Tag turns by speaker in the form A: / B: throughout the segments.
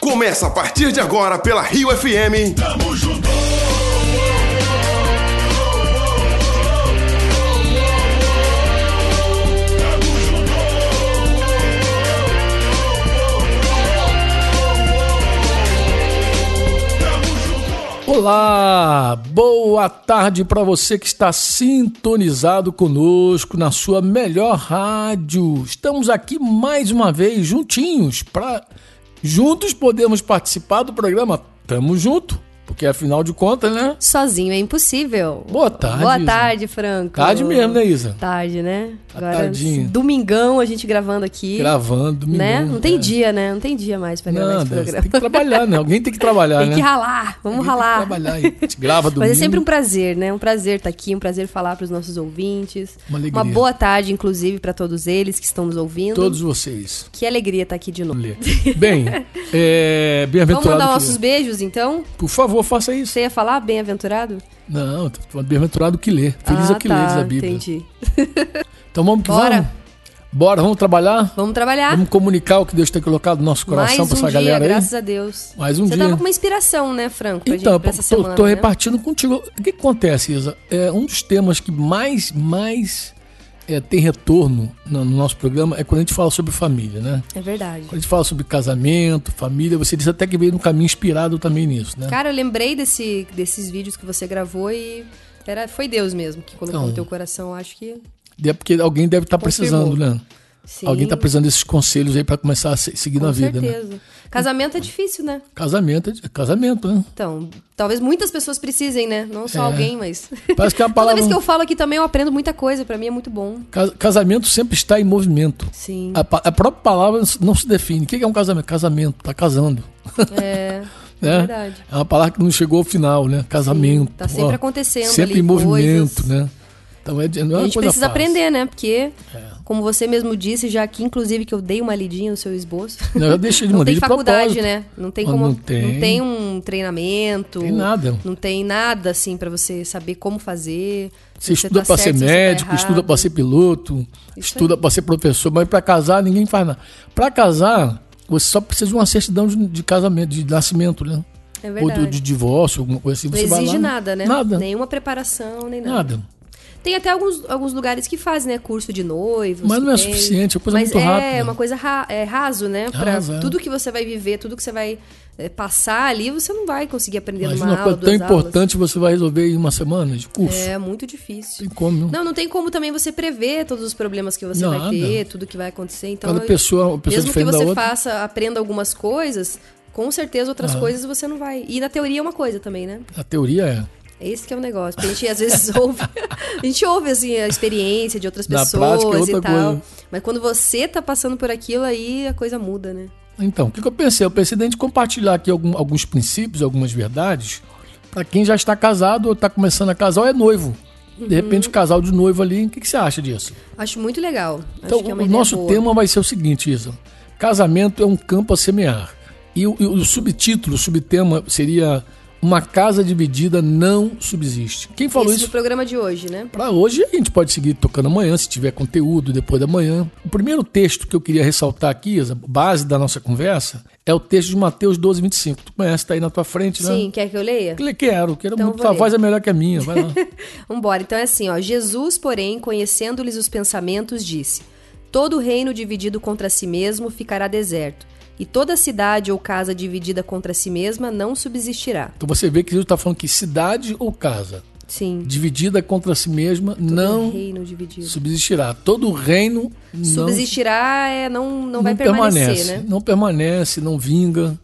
A: Começa a partir de agora pela Rio FM.
B: Tamo junto,
C: Olá, boa tarde para você que está sintonizado conosco na sua melhor rádio. Estamos aqui mais uma vez juntinhos para juntos podemos participar do programa. Tamo junto, porque afinal de contas, né?
D: Sozinho é impossível.
C: Boa tarde,
D: Boa
C: Isa.
D: tarde, Franco.
C: Tarde mesmo, né, Isa?
D: Tarde, né?
C: Tá tardinho.
D: domingão a gente gravando aqui.
C: Gravando,
D: né?
C: menino,
D: Não tem
C: é.
D: dia, né? Não tem dia mais pra gravar
C: Nada,
D: esse
C: você
D: programa.
C: tem que trabalhar, né? Alguém tem que trabalhar,
D: Tem
C: né?
D: que ralar, vamos
C: Alguém
D: ralar.
C: Tem que trabalhar. aí. A gente grava domingo.
D: Mas é sempre um prazer, né? Um prazer estar aqui, um prazer falar para os nossos ouvintes.
C: Uma alegria.
D: boa tarde, inclusive, para todos eles que estão nos ouvindo.
C: Todos vocês.
D: Que alegria estar aqui de novo.
C: Vamos ler. Bem, é,
D: Vamos
C: bem-aventurado.
D: mandar
C: que-
D: nossos beijos, então?
C: Por favor, faça isso.
D: Você ia falar bem-aventurado?
C: Não, tô falando bem-aventurado que lê. Feliz
D: ah,
C: é o que
D: tá,
C: lê, diz a Bíblia.
D: Entendi.
C: Então vamos que
D: Bora.
C: vamos. Bora, vamos trabalhar?
D: Vamos trabalhar.
C: Vamos comunicar o que Deus tem colocado no nosso coração
D: Mais
C: pra
D: um
C: essa
D: dia,
C: galera aí?
D: graças a Deus.
C: Mais um
D: Você
C: dia.
D: tava com uma inspiração, né, Franco? Pra
C: Então,
D: gente, pra essa
C: tô,
D: semana,
C: tô
D: né?
C: repartindo contigo. O que que acontece, Isa? É, um dos temas que mais, mais é, tem retorno no, no nosso programa é quando a gente fala sobre família, né?
D: É verdade.
C: Quando a gente fala sobre casamento, família, você disse até que veio num caminho inspirado também nisso, né?
D: Cara, eu lembrei desse, desses vídeos que você gravou e era, foi Deus mesmo que colocou
C: Então.
D: no teu coração, eu acho que.
C: É porque alguém deve estar
D: Confirmou.
C: precisando, né?
D: Sim,
C: Alguém tá precisando desses conselhos aí pra começar a se- seguir
D: com
C: na vida, né?
D: certeza. Casamento é difícil, né?
C: Casamento, é de- casamento, né?
D: Então, talvez muitas pessoas precisem, né? Não só
C: É.
D: alguém, mas.
C: Parece que é uma
D: Toda
C: palavra.
D: vez que eu falo aqui também, eu aprendo muita coisa. Pra mim é muito bom.
C: Ca- Casamento sempre está em movimento.
D: Sim.
C: A, pa- a própria palavra não se define. O que é um casamento? Casamento, tá casando.
D: É.
C: Né?
D: verdade.
C: É uma palavra que não chegou ao final, né? Casamento.
D: tá sempre
C: ó,
D: acontecendo
C: Sempre
D: ali
C: em movimento,
D: coisas.
C: né? Então é, de- não é
D: a
C: uma
D: gente
C: coisa
D: precisa
C: fácil. É.
D: aprender, né? Porque, como você mesmo disse, já aqui, inclusive, que eu dei uma lidinha no seu esboço.
C: Não, eu deixei de
D: Não
C: mandei
D: tem
C: de
D: faculdade,
C: propósito.
D: né? Não tem
C: Mas
D: como.
C: não tem.
D: um treinamento.
C: Tem nada.
D: Não tem nada, assim, pra você saber como fazer.
C: Você
D: se
C: estuda
D: tá
C: pra
D: certo, se
C: ser
D: você tá
C: médico, estuda
D: errado.
C: pra ser piloto, estuda pra ser professor, mas pra casar ninguém faz nada. Pra casar, você só precisa de uma certidão de, de casamento, de nascimento, né?
D: É
C: Ou de,
D: verdade.
C: de divórcio, alguma coisa assim.
D: Não
C: Você vai
D: exige
C: lá,
D: nada, né?
C: Nada.
D: Nenhuma preparação, nem nada.
C: Nada.
D: Tem até alguns, alguns lugares que fazem, né? Curso de noivos.
C: Mas
D: que
C: não é
D: tem.
C: suficiente, é coisa
D: Mas
C: muito
D: é
C: rápida.
D: uma coisa ra- é, raso, né? Pra
C: Raso, é.
D: tudo que você vai viver, tudo que você vai eh, passar ali, você não vai conseguir aprender
C: Imagina
D: numa
C: uma
D: aula,
C: coisa tão
D: duas
C: importante você vai resolver em uma semana de curso.
D: aulas. É muito
C: Tem
D: difícil.
C: como. Não.
D: Não, não tem como também você prever todos os problemas que você
C: Nada.
D: vai ter, tudo que vai acontecer. Então,
C: Cada pessoa, uma pessoa
D: mesmo que
C: diferente da
D: você
C: outra. Ah.
D: faça, aprenda algumas coisas, com certeza outras coisas você não vai. E na teoria é uma coisa também, né?
C: A teoria é.
D: Esse que é o negócio. Porque a gente às vezes ouve. A gente ouve assim, a experiência de outras
C: Na
D: pessoas
C: prática, é outra
D: e tal.
C: coisa.
D: Mas quando você tá passando por aquilo, aí a coisa muda, né?
C: Então, o que, que eu pensei? Eu pensei em gente compartilhar aqui algum- alguns princípios, algumas verdades, para quem já está casado ou está começando a casar ou é noivo. De repente, casal de noivo ali, o que, que você acha disso?
D: Uhum. Acho muito legal.
C: Então,
D: Acho que é uma
C: o
D: ideia
C: nosso
D: boa.
C: tema vai ser o seguinte, Isa. Casamento é um campo a semear. E o, e o subtítulo, o subtema seria Uma casa dividida não subsiste. Quem falou
D: Esse
C: isso
D: no programa de hoje, né?
C: Pra hoje a gente pode seguir tocando amanhã, se tiver conteúdo depois da manhã. O primeiro texto que eu queria ressaltar aqui, a base da nossa conversa, é o texto de Mateus 12, 25. Tu conhece, tá aí na tua frente, né?
D: Sim, quer que eu leia?
C: Que- Quero, quero
D: Então
C: muito.
D: vou
C: Tua
D: ler.
C: voz é melhor que a minha, vai lá.
D: Vambora. Então é assim, ó. Jesus, porém, conhecendo-lhes os pensamentos, disse: Todo reino dividido contra si mesmo ficará deserto, e toda cidade ou casa dividida contra si mesma não subsistirá.
C: então você vê que Jesus tá falando que cidade ou casa,
D: Sim.
C: dividida contra si mesma, não
D: Reino dividido.
C: subsistirá. Todo o reino não
D: Subsistirá é não, não, vai
C: permanece,
D: permanecer, né?
C: Não permanece, não vinga.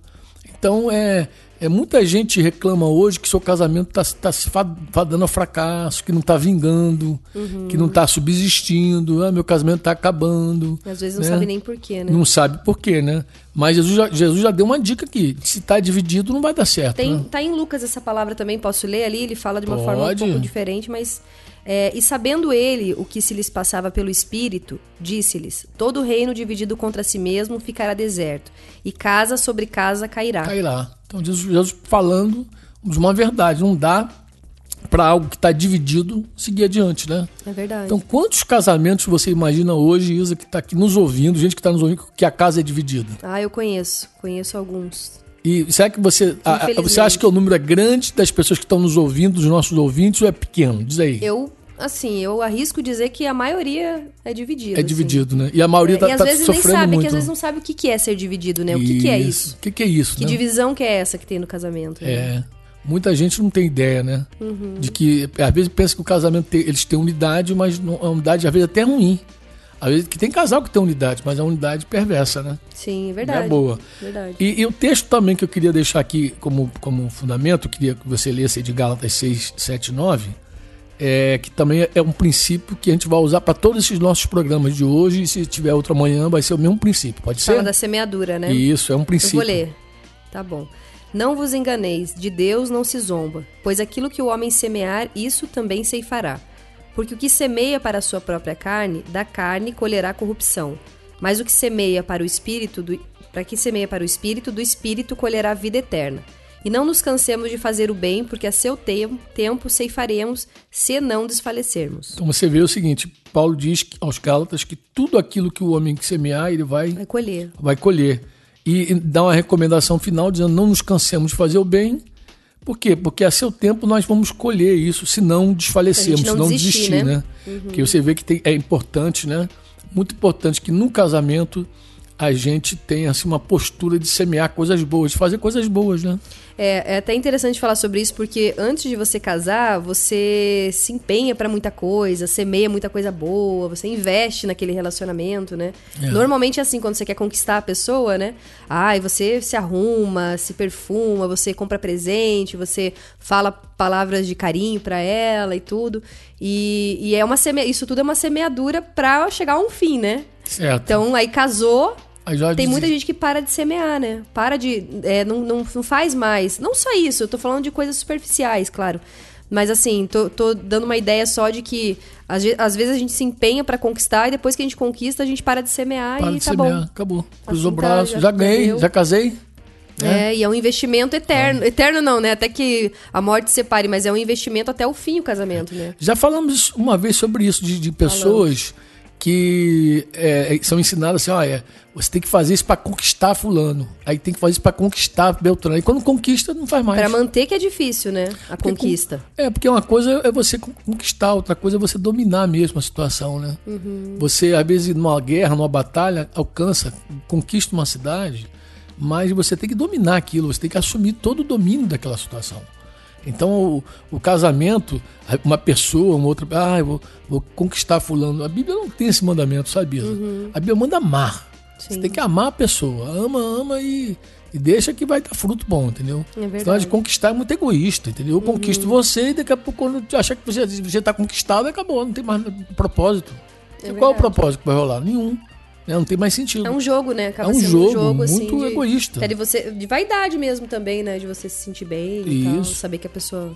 C: Então é, é muita gente reclama hoje que seu casamento está tá se fa- fadando a fracasso, que não está vingando,
D: Uhum.
C: que não está subsistindo, ah, meu casamento está acabando.
D: Às vezes não
C: né?
D: sabe nem porquê, né?
C: Não sabe por quê, né? Mas Jesus já, Jesus já deu uma dica aqui. Se está dividido, não vai dar certo.
D: Tem,
C: né?
D: tá em Lucas essa palavra também, posso ler ali? Ele fala de uma forma um
C: Pode.
D: pouco diferente, mas. é, e sabendo ele o que se lhes passava pelo Espírito, disse-lhes: Todo reino dividido contra si mesmo ficará deserto, e casa sobre casa cairá.
C: Cairá. Então Jesus, Jesus falando de uma verdade. Não dá para algo que está dividido seguir adiante, né?
D: É verdade.
C: Então, quantos casamentos você imagina hoje, tá Isa, que está aqui nos ouvindo, gente que está nos ouvindo, que a casa é dividida?
D: ah, eu conheço, conheço alguns.
C: E será que você. a- a- você acha que o número é grande das pessoas que estão nos ouvindo, dos nossos ouvintes, ou é pequeno? Diz aí.
D: Eu, assim, eu arrisco dizer que a maioria é dividida.
C: é dividido, né? E a
D: É,
C: maioria
D: e
C: está
D: às
C: tá
D: vezes nem
C: sofrendo
D: sabe,
C: muito.
D: que às vezes não sabe o que, que é ser dividido, né? O que, que é isso?
C: O que, que é isso,
D: Que
C: né?
D: divisão que é essa que tem no casamento? né?
C: É. Muita gente não tem ideia, né?
D: Uhum.
C: De que às vezes pensa que o casamento tem- eles têm unidade, mas não, a unidade às vezes até é ruim. Às vezes que tem casal que tem unidade, mas é uma unidade perversa, né?
D: Sim, é
C: Não
D: verdade.
C: é boa.
D: Verdade.
C: E, e o texto também que eu queria deixar aqui como, como um fundamento, eu queria que você lesse de Gálatas 6, 7, 9, é, que também é um princípio que a gente vai usar para todos esses nossos programas de hoje, e se tiver outro amanhã, vai ser o mesmo princípio, pode
D: Fala
C: ser?
D: da semeadura, né?
C: é Isso, é um
D: Eu
C: princípio.
D: vou ler. Tá bom. Não vos enganeis, de Deus não se zomba, pois aquilo que o homem semear, isso também ceifará. Porque o que semeia para a sua própria carne, da carne colherá corrupção. Mas o que semeia para o espírito, do, para que semeia para o espírito, do espírito colherá vida eterna. E não nos cansemos de fazer o bem, porque a seu te- tempo ceifaremos, se não desfalecermos.
C: Então você vê o seguinte, Paulo diz que- aos Gálatas que tudo aquilo que o homem semear, ele vai,
D: Vai colher.
C: vai colher. E e dá uma recomendação final dizendo, não nos cansemos de fazer o bem. Por quê? Porque a seu tempo nós vamos colher isso, se não desfalecermos,
D: Pra
C: se
D: gente não
C: não
D: desistir,
C: desistir,
D: né?
C: né? Porque você vê que tem- é importante, né? Muito importante que no casamento a gente tenha assim, uma postura de semear coisas boas, de fazer coisas boas, né?
D: É, é até interessante falar sobre isso porque antes de você casar, você se empenha pra muita coisa, semeia muita coisa boa, você investe naquele relacionamento, né? Normalmente é assim quando você quer conquistar a pessoa, né? Ai, você se arruma, se perfuma, você compra presente, você fala palavras de carinho pra ela e tudo. E, e é uma seme... isso tudo é uma semeadura pra chegar a um fim, né?
C: Certo.
D: Então aí casou,
C: Aí É, já
D: tem
C: diz-
D: muita gente que para de semear, né? Para de. é, não, não, não faz mais. Não só isso, eu tô falando de coisas superficiais, claro. Mas assim, tô, tô dando uma ideia só de que às, ve- às vezes a gente se empenha pra conquistar e depois que a gente conquista, a gente para de semear
C: Para
D: e
C: de
D: tá
C: semear,
D: bom.
C: acabou. Cruzou o
D: tá,
C: braço,
D: já
C: já, ganhei,
D: deu.
C: já casei. né? É.
D: É, e é um investimento eterno. Eterno não, né? Até que a morte separe, mas é um investimento até o fim o casamento, né?
C: Já falamos uma vez sobre isso, de, de pessoas que é, são ensinadas assim, olha, você tem que fazer isso para conquistar fulano, aí tem que fazer isso para conquistar Beltrano. E quando conquista, não faz mais.
D: Pra manter que é difícil, né? A
C: Porque con-
D: conquista.
C: É, porque uma coisa é você con- conquistar, outra coisa é você dominar mesmo a situação, né?
D: Uhum.
C: Você, às vezes, numa guerra, numa batalha, alcança, conquista uma cidade, mas você tem que dominar aquilo, você tem que assumir todo o domínio daquela situação. Então, o, o casamento, uma pessoa, uma outra, ah, eu vou, vou conquistar fulano. A Bíblia não tem esse mandamento, sabe? Isa? A Bíblia manda amar.
D: Uhum. Sim.
C: Você tem que amar a pessoa. Ama, ama e, e deixa que vai dar fruto bom, entendeu?
D: É verdade.
C: Senão a gente conquistar é muito egoísta, entendeu? Eu
D: Uhum.
C: conquisto você e daqui a pouco, quando tu achar que você, você tá conquistado, acabou, não tem mais propósito.
D: É
C: E Qual é o
D: verdade.
C: propósito que vai rolar? Nenhum. né? Não tem mais sentido.
D: É um jogo, né? Acaba
C: É um
D: sendo um
C: jogo
D: jogo assim.
C: muito
D: de-
C: egoísta.
D: até de você. De vaidade mesmo também, né? De você se sentir bem e tal.
C: Isso.
D: Saber que a pessoa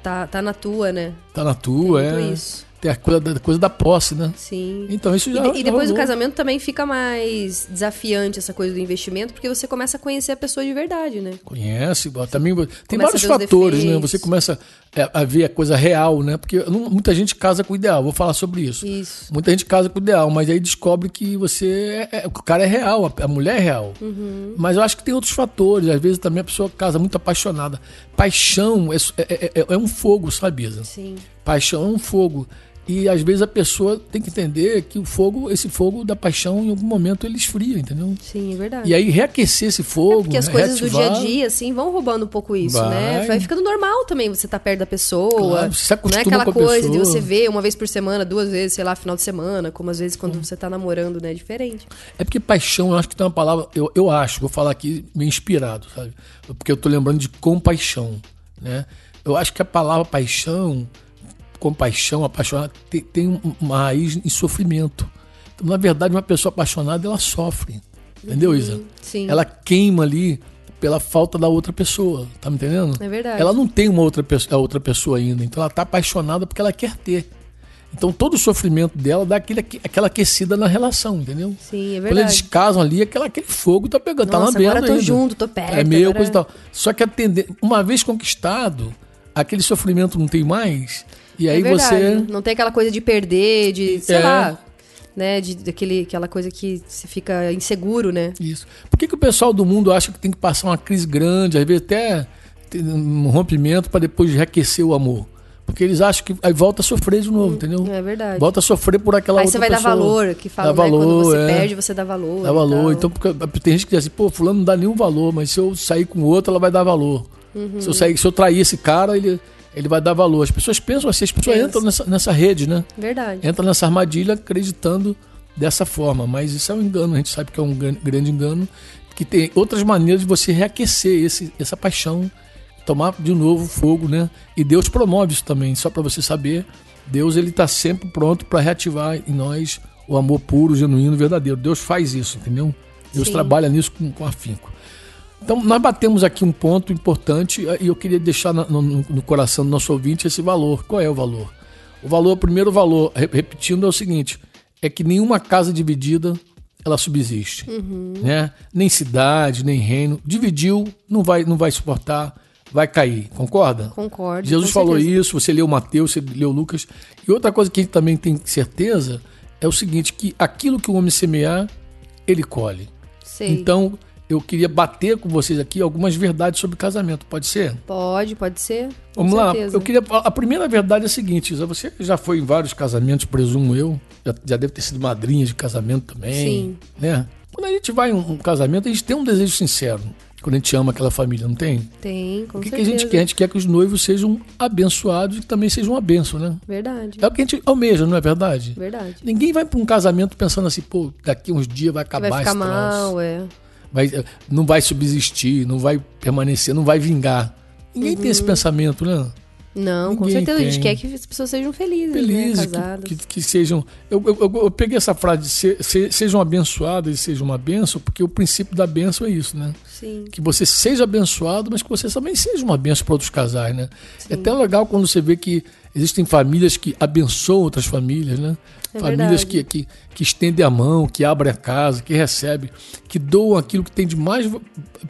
D: tá, tá na tua, né?
C: Tá na tua,
D: Muito
C: é.
D: isso.
C: Tem a coisa da, coisa da posse, né?
D: Sim.
C: Então isso
D: E,
C: já.
D: de- e
C: já
D: depois do
C: rolou.
D: casamento também fica mais desafiante essa coisa do investimento, porque você começa a conhecer a pessoa de verdade, né?
C: Conhece, bota- também tem vários
D: a ver os
C: fatores, né?
D: defeitos.
C: Você começa é, a ver a coisa real, né? Porque não- muita gente casa com o ideal, vou falar sobre isso.
D: Isso.
C: Muita gente casa com o ideal, mas aí descobre que você é, é- o cara é real, a, a mulher é real.
D: Uhum.
C: Mas eu acho que tem outros fatores. Às vezes também a pessoa casa muito apaixonada. Paixão é, é- é- é um fogo, sabe, Isa?
D: Sim.
C: Paixão é um fogo. E às vezes a pessoa tem que entender que o fogo, esse fogo da paixão, em algum momento ele esfria, entendeu?
D: Sim, é verdade.
C: E aí reaquecer esse fogo,
D: É Porque as
C: né?
D: coisas do dia a
C: reativar.
D: dia, assim, vão roubando um pouco isso, né?
C: Vai.
D: Vai ficando normal também você tá perto da pessoa.
C: Claro, você se
D: não é
C: acostuma
D: aquela
C: com a
D: coisa de
C: pessoa.
D: você ver uma vez por semana, duas vezes, sei lá, final de semana, como às vezes quando você tá namorando, né? É diferente.
C: É porque paixão, eu acho que tem uma palavra, eu, eu acho, vou falar aqui meio inspirado, sabe? Porque eu tô lembrando de compaixão, né? Eu acho que a palavra paixão, compaixão, apaixonado, tem, tem um- uma raiz em sofrimento. Então, na verdade, uma pessoa apaixonada, ela sofre. Entendeu, Isa?
D: Uhum. sim.
C: Ela queima ali pela falta da outra pessoa, tá me entendendo?
D: É verdade.
C: Ela não tem uma outra, pessoa- a outra pessoa ainda, então ela tá apaixonada porque ela quer ter. Então todo o sofrimento dela dá aquele, aque- aquela aquecida na relação, entendeu?
D: Sim, é
C: Quando eles
D: verdade.
C: casam ali, aquela, aquele fogo tá pegando, tá
D: Nossa,
C: lambendo
D: agora tô
C: ainda.
D: junto, tô perto,
C: É meu,
D: agora-
C: coisa e tal. Só que atender, uma vez conquistado, aquele sofrimento não tem mais, e aí
D: é verdade.
C: você...
D: Não tem aquela coisa de perder, de, sei
C: É.
D: lá. né? De, daquele, aquela coisa que você fica inseguro, né?
C: Isso. Por que, que o pessoal do mundo acha que tem que passar uma crise grande, às vezes até tem um rompimento para depois reaquecer o amor? Porque eles acham que aí volta a sofrer de novo, entendeu?
D: É verdade.
C: Volta a sofrer por aquela
D: Aí
C: Uhum.
D: você
C: outra
D: vai dar
C: pessoa.
D: valor, que fala,
C: Dá
D: né? Quando
C: valor,
D: você
C: é.
D: perde, você dá valor.
C: Dá
D: e
C: valor.
D: tal.
C: Então, porque tem gente que diz assim, pô, fulano não dá nenhum valor, mas se eu sair com outro, ela vai dar valor.
D: Uhum.
C: Se, eu sair, se eu trair esse cara, ele, ele vai dar valor. As pessoas pensam assim, as pessoas
D: Pensa.
C: entram nessa, nessa rede, né?
D: Verdade.
C: Entram nessa armadilha acreditando dessa forma. Mas isso é um engano, a gente sabe que é um gran- grande engano, que tem outras maneiras de você reaquecer esse, essa paixão, tomar de novo fogo, né? E Deus promove isso também, só para você saber. Deus ele está sempre pronto para reativar em nós o amor puro, genuíno, verdadeiro. Deus faz isso, entendeu? Deus
D: Sim.
C: trabalha nisso com, com afinco. Então, nós batemos aqui um ponto importante eh, e eu queria deixar na- no, no- no coração do nosso ouvinte esse valor. Qual é o valor? O valor, o primeiro valor, re- repetindo, é o seguinte: é que nenhuma casa dividida ela subsiste,
D: Uhum.
C: né? Nem cidade, nem reino. Dividiu, não vai, não vai suportar, vai cair. Concorda?
D: Concordo.
C: Jesus
D: com
C: falou
D: certeza.
C: isso, você leu Mateus, você leu Lucas. E outra coisa que a gente também tem certeza é o seguinte: que aquilo que o homem semear, ele colhe.
D: Sei.
C: Então, eu queria bater com vocês aqui algumas verdades sobre casamento, pode ser?
D: Pode, pode ser. Com
C: Vamos lá.
D: certeza.
C: Eu queria a primeira verdade é a seguinte, Isa, você já foi em vários casamentos, presumo eu, já, já deve ter sido madrinha de casamento também,
D: Sim.
C: né? Quando a gente vai em um casamento, a gente tem um desejo sincero. Quando a gente ama aquela família, não tem?
D: Tem, com
C: O que, que a
D: certeza.
C: gente quer? A gente quer que os noivos sejam abençoados e que também sejam uma bênção, né?
D: Verdade.
C: É o que a gente almeja, não é verdade?
D: Verdade.
C: Ninguém vai para um casamento pensando assim, pô, daqui uns dias vai acabar
D: Vai ficar
C: esse troço
D: mal, é.
C: vai, não vai subsistir, não vai permanecer, não vai vingar. Ninguém tem esse pensamento, né?
D: Não, com
C: Ninguém
D: certeza. A gente
C: tem.
D: quer que as pessoas sejam felizes,
C: Felizes,
D: né? Casadas.
C: que, que, que sejam. Eu, eu- eu- eu peguei essa frase de se- se- sejam abençoadas e sejam uma bênção, porque o princípio da bênção é isso, né?
D: Sim.
C: que você seja abençoado, mas que você também seja uma bênção para outros casais, né? É até legal quando você vê que existem famílias que abençoam outras famílias, né?
D: É
C: famílias
D: verdade.
C: que, que, que estendem a mão, que abrem a casa, que recebem, que doam aquilo que tem de mais v-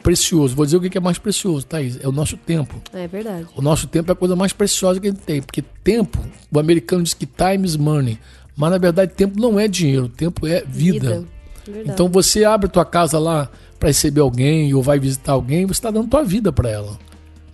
C: precioso. Vou dizer o que que é mais precioso, Thaís. É o nosso tempo.
D: É verdade.
C: O nosso tempo é a coisa mais preciosa que a gente tem, porque tempo, o americano diz que time is money, mas na verdade tempo não é dinheiro, tempo é vida.
D: Verdade.
C: Então você abre a tua casa lá para receber alguém ou vai visitar alguém, você está dando tua vida para ela.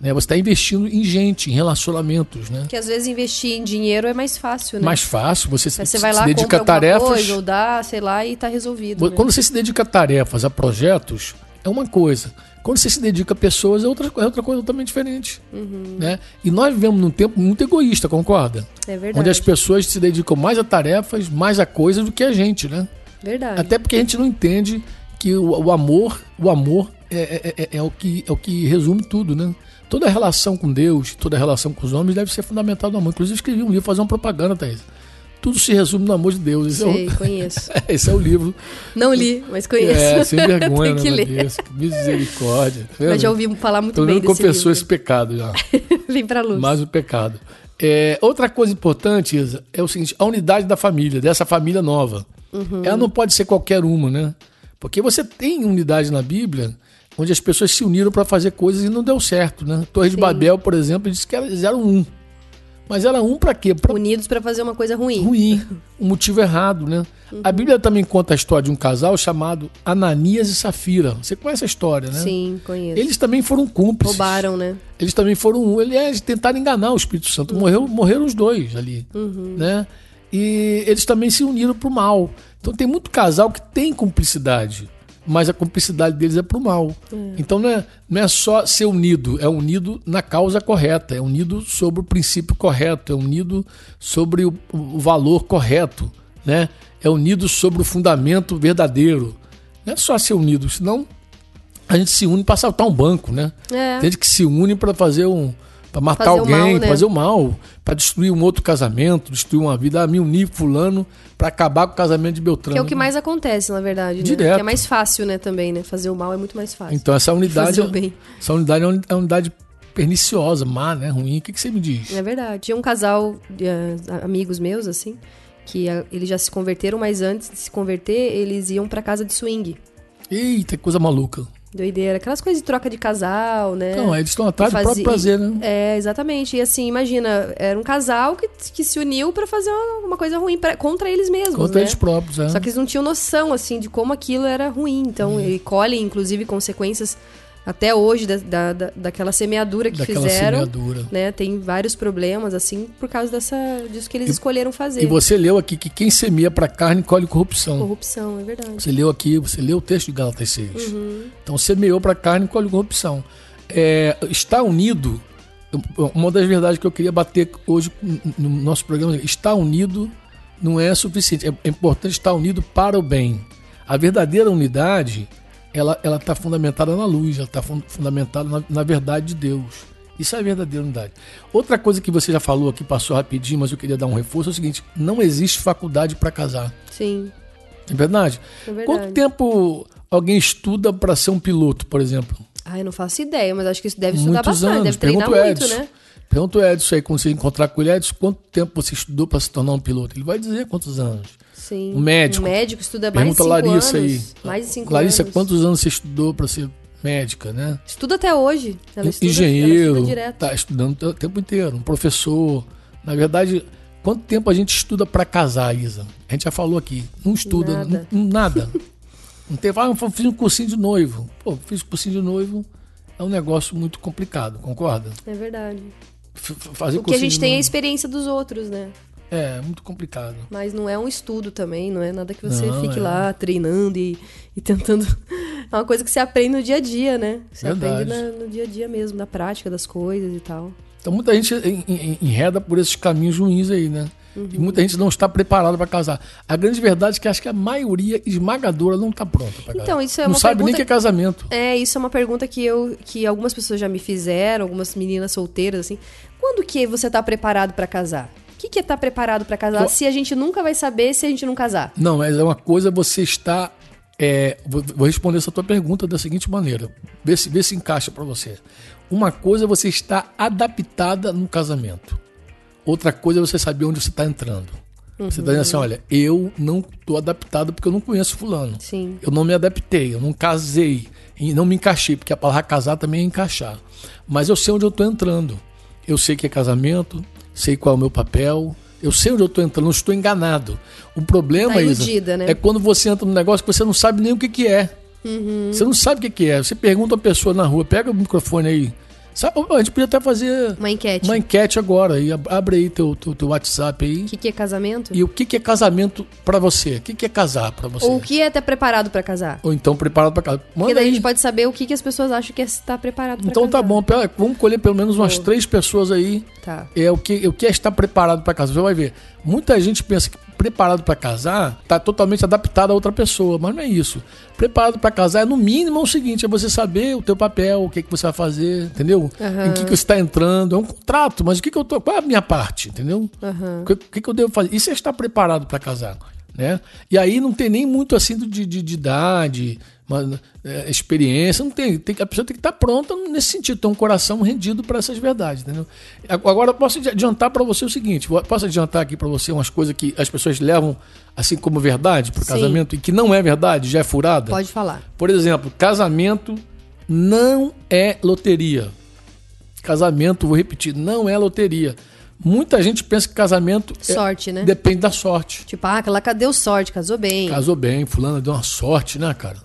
C: Né? Você está investindo em gente, em relacionamentos, né?
D: que às vezes investir em dinheiro é mais fácil, né?
C: Mais fácil, você se,
D: Aí você
C: se
D: vai lá,
C: dedica
D: compra
C: a
D: alguma
C: tarefas.
D: coisa ou dá, sei lá, e tá resolvido.
C: Vo-
D: né?
C: Quando você se dedica a tarefas, a projetos, é uma coisa. Quando você se dedica a pessoas, é outra, é outra coisa totalmente diferente.
D: Uhum.
C: Né? E nós vivemos num tempo muito egoísta, concorda?
D: É
C: Onde
D: verdade.
C: as pessoas se dedicam mais a tarefas, mais a coisas do que a gente, né?
D: Verdade.
C: Até porque a gente não entende que o, o amor, o amor é, é- é- é o que, é o que resume tudo, né? Toda relação com Deus, toda relação com os homens deve ser fundamental no amor. Inclusive, eu escrevi um livro, fazer uma propaganda, Thaís. Tudo se resume no amor de Deus. Esse,
D: Sei, conheço.
C: é, o, esse é o livro.
D: Não li, mas conheço.
C: É, sem vergonha,
D: Tem que
C: né, meu
D: ler.
C: Deus? Que Misericórdia. Tá vendo?
D: Mas já ouvi falar muito
C: Todo
D: bem
C: mundo
D: desse
C: confessou esse
D: livro.
C: pecado já.
D: Vem pra luz.
C: Mais um pecado. É, outra coisa importante, Isa, é o seguinte: a unidade da família, dessa família nova.
D: Uhum.
C: Ela não pode ser qualquer uma, né? Porque você tem unidade na Bíblia onde as pessoas se uniram para fazer coisas e não deu certo, né? Torre de Babel, por exemplo, diz que elas eram um. Mas era um para quê? Pra
D: Unidos pra fazer uma coisa ruim.
C: ruim, um motivo errado, né? A
D: Uhum.
C: Bíblia também conta a história de um casal chamado Ananias e Safira. Você conhece a história, né?
D: Sim, conheço.
C: Eles também foram cúmplices.
D: Roubaram, né?
C: Eles também foram um. Aliás, tentaram enganar o Espírito Santo. Morreu, morreram os dois ali. Né? E eles também se uniram pro mal. Então tem muito casal que tem cumplicidade. Mas a cumplicidade deles é pro mal. Então não é, não é só ser unido, é unido na causa correta, é unido sobre o princípio correto, é unido sobre o, o valor correto, né? é unido sobre o fundamento verdadeiro. Não é só ser unido, senão a gente se une para assaltar um banco, né?
D: É.
C: Tem gente que se une para fazer um para matar
D: Fazer o
C: alguém,
D: mal, né?
C: fazer o mal, para destruir um outro casamento, destruir uma vida, ah, me unir fulano para acabar com o casamento de Beltrano.
D: Que é o que mais acontece, na verdade, né?
C: Direto.
D: Que é mais fácil, né, também, né? Fazer o mal é muito mais fácil.
C: Então essa unidade,
D: Fazer o bem.
C: essa unidade é uma é uma unidade perniciosa, má, né, ruim. O que, que você me diz?
D: É verdade. Tinha um casal, eh, amigos meus, assim, que ah, eles já se converteram, mas antes de se converter, eles iam pra casa de swing.
C: Eita, que coisa maluca.
D: Doideira. Aquelas coisas de troca de casal, né?
C: Então, eles estão atrás do
D: Fazia-
C: próprio prazer, né?
D: É, exatamente. E assim, imagina, era um casal que, que se uniu pra fazer uma, uma coisa ruim pra- contra eles mesmos,
C: Contra
D: né?
C: eles próprios, né?
D: Só que eles não tinham noção, assim, de como aquilo era ruim. Então,
C: Uhum.
D: ele colhe, inclusive, consequências até hoje da, da, da- daquela semeadura que
C: Daquela
D: fizeram.
C: semeadura.
D: Né? Tem vários problemas, assim, por causa dessa, disso que eles escolheram fazer.
C: E você leu aqui que quem semeia pra carne colhe corrupção.
D: Corrupção, é verdade.
C: Você leu aqui, você leu o texto de Gálatas 6. Então, semeou pra carne colhe corrupção. É, está unido, uma das verdades que eu queria bater hoje no nosso programa, é, está unido não é suficiente. É é importante estar unido para o bem. A verdadeira unidade, ela ela está fundamentada na luz, ela está fundamentada na, na verdade de Deus. Isso é a verdadeira unidade. Outra coisa que você já falou aqui, passou rapidinho, mas eu queria dar um reforço, é o seguinte, não existe faculdade para casar.
D: Sim.
C: É verdade?
D: É verdade.
C: Quanto tempo alguém estuda para ser um piloto, por exemplo?
D: Ah, eu não faço ideia, mas acho que isso deve estudar
C: Muitos
D: bastante,
C: anos.
D: deve treinar
C: Pergunta o
D: muito,
C: Edson.
D: né?
C: Pergunta o Edson aí, quando você encontrar com ele, Edson, quanto tempo você estudou para se tornar um piloto? Ele vai dizer quantos anos.
D: Sim.
C: Um médico.
D: Um médico estuda mais
C: Pergunta
D: de
C: a
D: cinco
C: Larissa
D: anos.
C: aí.
D: Mais de cinco
C: Larissa,
D: anos.
C: quantos anos você estudou para ser médica, né?
D: Estuda até hoje. Ela estuda, ela
C: Engenheiro,
D: estuda direto.
C: tá estudando o tempo inteiro, um professor. Na verdade, quanto tempo a gente estuda para casar, Isa? A gente já falou aqui, não estuda,
D: Nada.
C: nada. Não, nada. não tem, ah, eu fiz um cursinho de noivo. Pô, fiz um cursinho de noivo, é um negócio muito complicado, concorda?
D: É verdade.
C: F- f- Fazer
D: O que a gente
C: de
D: tem é a
C: noivo
D: experiência dos outros, né?
C: é muito complicado.
D: Mas não é um estudo também, não é nada que você
C: Não,
D: fique
C: é.
D: lá treinando e, e tentando. É uma coisa que você aprende no dia a dia, né? Você
C: Verdade.
D: aprende na- no dia a dia mesmo, na prática das coisas e tal.
C: Então muita gente en- en- enreda por esses caminhos ruins aí, né?
D: Uhum.
C: E muita gente não está preparada para casar. A grande verdade é que acho que a maioria esmagadora não está pronta para casar.
D: Então, isso é
C: não
D: uma
C: sabe nem
D: pergunta-
C: que é casamento.
D: É, isso é uma pergunta que eu que algumas pessoas já me fizeram, algumas meninas solteiras assim. Quando que você tá preparado pra casar? O que que é tá preparado pra casar
C: Eu-
D: se a gente nunca vai saber se a gente não casar?
C: Não, mas é uma coisa você está. é, vou, vou responder essa tua pergunta da seguinte maneira. Vê se, vê se encaixa para você. Uma coisa é você está adaptada no casamento. Outra coisa é você saber onde você está entrando. Você está dizendo assim, olha, eu não estou adaptado porque eu não conheço fulano.
D: Sim.
C: Eu não me adaptei, eu não casei e não me encaixei, porque a palavra casar também é encaixar. Mas eu sei onde eu estou entrando. Eu sei que é casamento, sei qual é o meu papel, eu sei onde eu estou entrando, não estou enganado. O problema,
D: Tá
C: Isa,
D: iludida, né?
C: é quando você entra num negócio que você não sabe nem o que, que é.
D: Uhum.
C: Você não sabe o que, que é. Você pergunta a pessoa na rua, pega o microfone aí. Sabe, a gente podia até fazer
D: Uma enquete.
C: uma enquete agora. E ab- abre aí teu, teu, teu WhatsApp aí.
D: O que que é casamento?
C: E o que, que é casamento para você? O que, que é casar para você?
D: Ou o que é estar preparado pra casar?
C: Ou então preparado para casa.
D: Porque
C: Manda
D: daí a
C: aí.
D: gente pode saber o que, que as pessoas acham que é estar preparado pra
C: Então
D: casar.
C: tá bom, pera- vamos colher pelo menos umas três pessoas aí.
D: Tá.
C: É o que, o que é estar preparado para casar. Você vai ver. Muita gente pensa que preparado para casar tá totalmente adaptado a outra pessoa, mas não é isso. Preparado para casar é no mínimo o seguinte, é você saber o teu papel, o que, que você vai fazer, entendeu? Em que, que você está entrando, é um contrato, mas o que, que eu tô, qual é a minha parte, entendeu? O que, o que, que eu devo fazer? Isso é estar preparado para casar, né? E aí não tem nem muito assim de, de, de idade, uma, é, experiência, não tem, tem que- a pessoa tem que estar pronta nesse sentido, ter um coração rendido para essas verdades, entendeu? Ag- Agora eu posso adi- adiantar para você o seguinte, vou- posso adiantar aqui para você umas coisas que as pessoas levam assim como verdade para o
D: Sim.
C: casamento e que não é verdade, já é furada.
D: Pode falar.
C: Por exemplo, casamento não é loteria. Casamento, vou repetir, não é loteria. Muita gente pensa que casamento é-
D: Sorte, né?
C: depende da sorte.
D: Tipo, ah, aquela cadê o sorte? Casou bem.
C: Casou bem, fulano deu uma sorte, né, cara?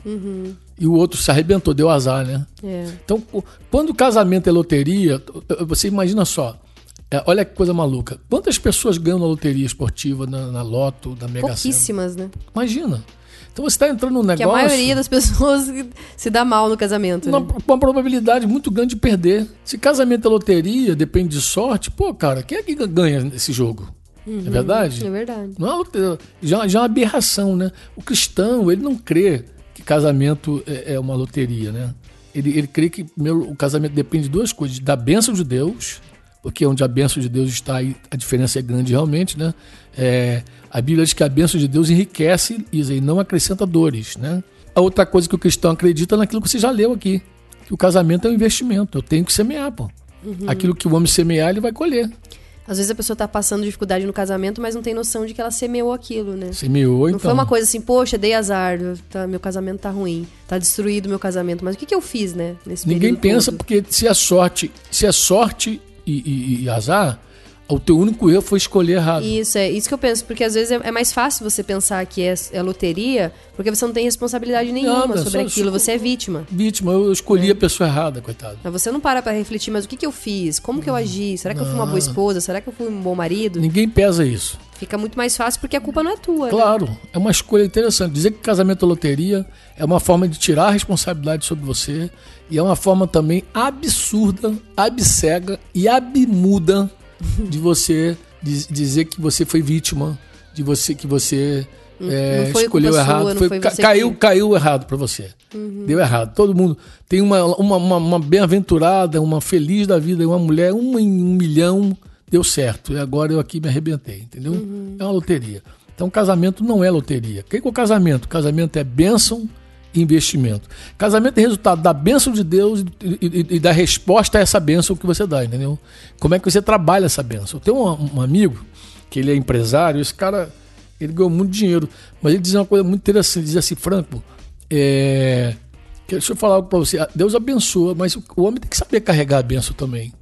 C: E o outro se arrebentou, deu azar, né?
D: É.
C: Então, o- quando o casamento é loteria, eh, você imagina só. eh, Olha que coisa maluca. Quantas pessoas ganham na loteria esportiva, na, na Loto, na Mega Sena?
D: Pouquíssimas, né?
C: Imagina. Então você está entrando num
D: Que
C: negócio.
D: a maioria das pessoas se dá mal no casamento.
C: uma,
D: né?
C: uma probabilidade muito grande de perder. Se casamento é loteria, depende de sorte, pô, cara, quem é que ganha nesse jogo? é verdade?
D: É verdade.
C: Não é loteria. já, já é uma aberração, né? O cristão, ele não crê que casamento é, é uma loteria, né? Ele, ele crê que primeiro, o casamento depende de duas coisas: da bênção de Deus, porque onde a bênção de Deus está, aí a diferença é grande realmente, né? É, a Bíblia diz que a bênção de Deus enriquece Isa, e não acrescenta dores, né? A outra coisa que o cristão acredita é naquilo que você já leu aqui:
D: Uhum.
C: que o casamento é um investimento, eu tenho que semear, pô. Aquilo que o homem semear, ele vai colher.
D: Às vezes a pessoa tá passando dificuldade no casamento, mas não tem noção de que ela semeou aquilo, né?
C: Semeou,
D: Não
C: então.
D: foi uma coisa assim, poxa, dei azar, eu- tá- meu casamento tá ruim, tá destruído meu casamento. Mas o que, que eu fiz, né? Nesse
C: Ninguém
D: período
C: pensa,
D: todo?
C: porque se é sorte, se é sorte e, e- e azar, o teu único erro foi escolher errado.
D: Isso, é isso que eu penso, porque às vezes é, é mais fácil você pensar que é, é loteria, porque você não tem responsabilidade nenhuma
C: Nada,
D: sobre
C: só-
D: aquilo,
C: só-
D: você é vítima.
C: Vítima, eu escolhi a pessoa errada, coitado.
D: Mas você não para pra refletir, mas o que, que eu fiz? Como que eu agi? Será que eu fui uma boa
C: Ah.
D: esposa? Será que eu fui um bom marido?
C: Ninguém pesa isso.
D: Fica muito mais fácil porque a culpa não é tua. né?
C: Claro, é uma escolha interessante. Dizer que casamento é loteria é uma forma de tirar a responsabilidade sobre você e é uma forma também absurda, abcega e abimuda de você diz- dizer que você foi vítima, de você que você é,
D: não foi
C: escolheu
D: culpa
C: errado,
D: sua, não foi
C: ca-
D: você que- Uhum.
C: caiu, caiu errado pra você. Deu errado. Todo mundo tem uma, uma, uma- uma bem-aventurada, uma feliz da vida, uma mulher, uma em um milhão, deu certo. E agora eu aqui me arrebentei, entendeu?
D: Uhum.
C: É uma loteria. Então, casamento não é loteria. O que que é o casamento? Casamento é bênção e investimento. Casamento é resultado da bênção de Deus e, e- e- e da resposta a essa bênção que você dá, entendeu? Como é que você trabalha essa bênção? Eu tenho um- um amigo que ele é empresário, esse cara ele ganhou muito dinheiro. Mas ele diz uma coisa muito interessante. Ele diz assim, Franco, é... que- deixa eu falar algo pra você. Ah, Deus abençoa, mas o o homem tem que saber carregar a benção também.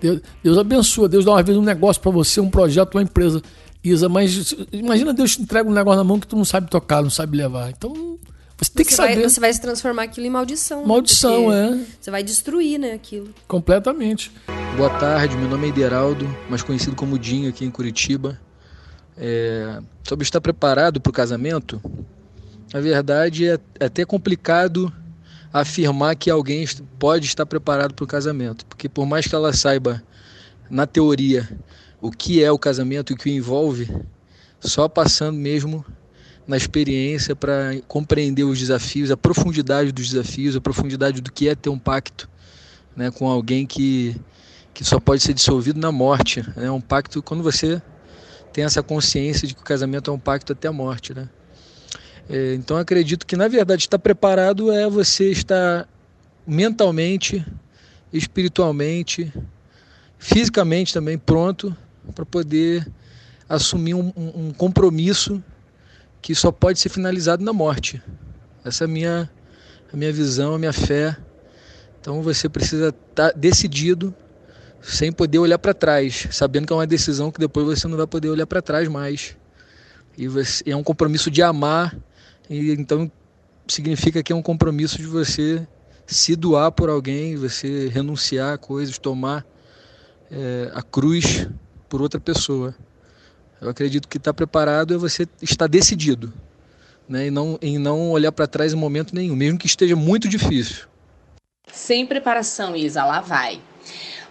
C: Deus, Deus abençoa, Deus dá uma vez um negócio pra você, um projeto, uma empresa. Isa, mas se- imagina Deus te entrega um negócio na mão que tu não sabe tocar, não sabe levar. Então, você tem que
D: Você vai,
C: saber
D: você vai se transformar aquilo em maldição. né?
C: Maldição,
D: Porque
C: é.
D: Você vai destruir, né, aquilo.
C: completamente.
B: Boa tarde, meu nome é Ideraldo, mais conhecido como Dinho aqui em Curitiba. É, sobre estar preparado para o casamento, na verdade é é até complicado afirmar que alguém est- pode estar preparado para o casamento, porque por mais que ela saiba, na teoria, o que é o casamento e o que o envolve, só passando mesmo na experiência para compreender os desafios, a profundidade dos desafios, a profundidade do que é ter um pacto né, com alguém que que só pode ser dissolvido na morte. É um pacto quando você tem essa consciência de que o casamento é um pacto até a morte, né? É, então eu acredito que na verdade estar preparado é você estar mentalmente, espiritualmente, fisicamente também pronto para poder assumir um, um- um compromisso que só pode ser finalizado na morte. Essa é a minha, a minha visão, a minha fé. Então você precisa estar decidido sem poder olhar para trás, sabendo que é uma decisão que depois você não vai poder olhar para trás mais. E você- é um compromisso de amar, e então significa que é um compromisso de você se doar por alguém, você renunciar a coisas, tomar eh, a cruz por outra pessoa. Eu acredito que estar preparado é você estar decidido, né? e, não, e não olhar para trás em momento nenhum, mesmo que esteja muito difícil.
E: Sem preparação, Isa, lá vai.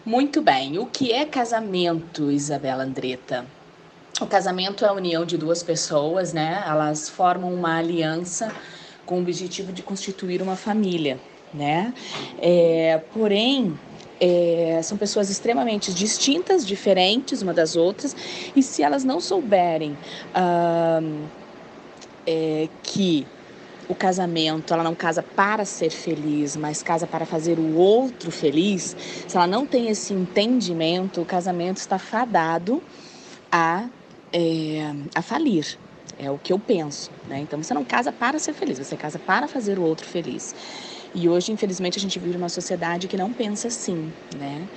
E: Muito bem, o que é casamento, Isabela Andretta? O casamento é a união de duas pessoas, né? Elas formam uma aliança com o objetivo de constituir uma família, né? É, porém, é, são pessoas extremamente distintas, diferentes uma das outras, e se elas não souberem ah, é, que o casamento, ela não casa para ser feliz, mas casa para fazer o outro feliz, se ela não tem esse entendimento, o casamento está fadado a, é, a falir. É o que eu penso, né? Então você não casa para ser feliz, você casa para fazer o outro feliz. E hoje, infelizmente, a gente vive uma sociedade que não pensa assim, né?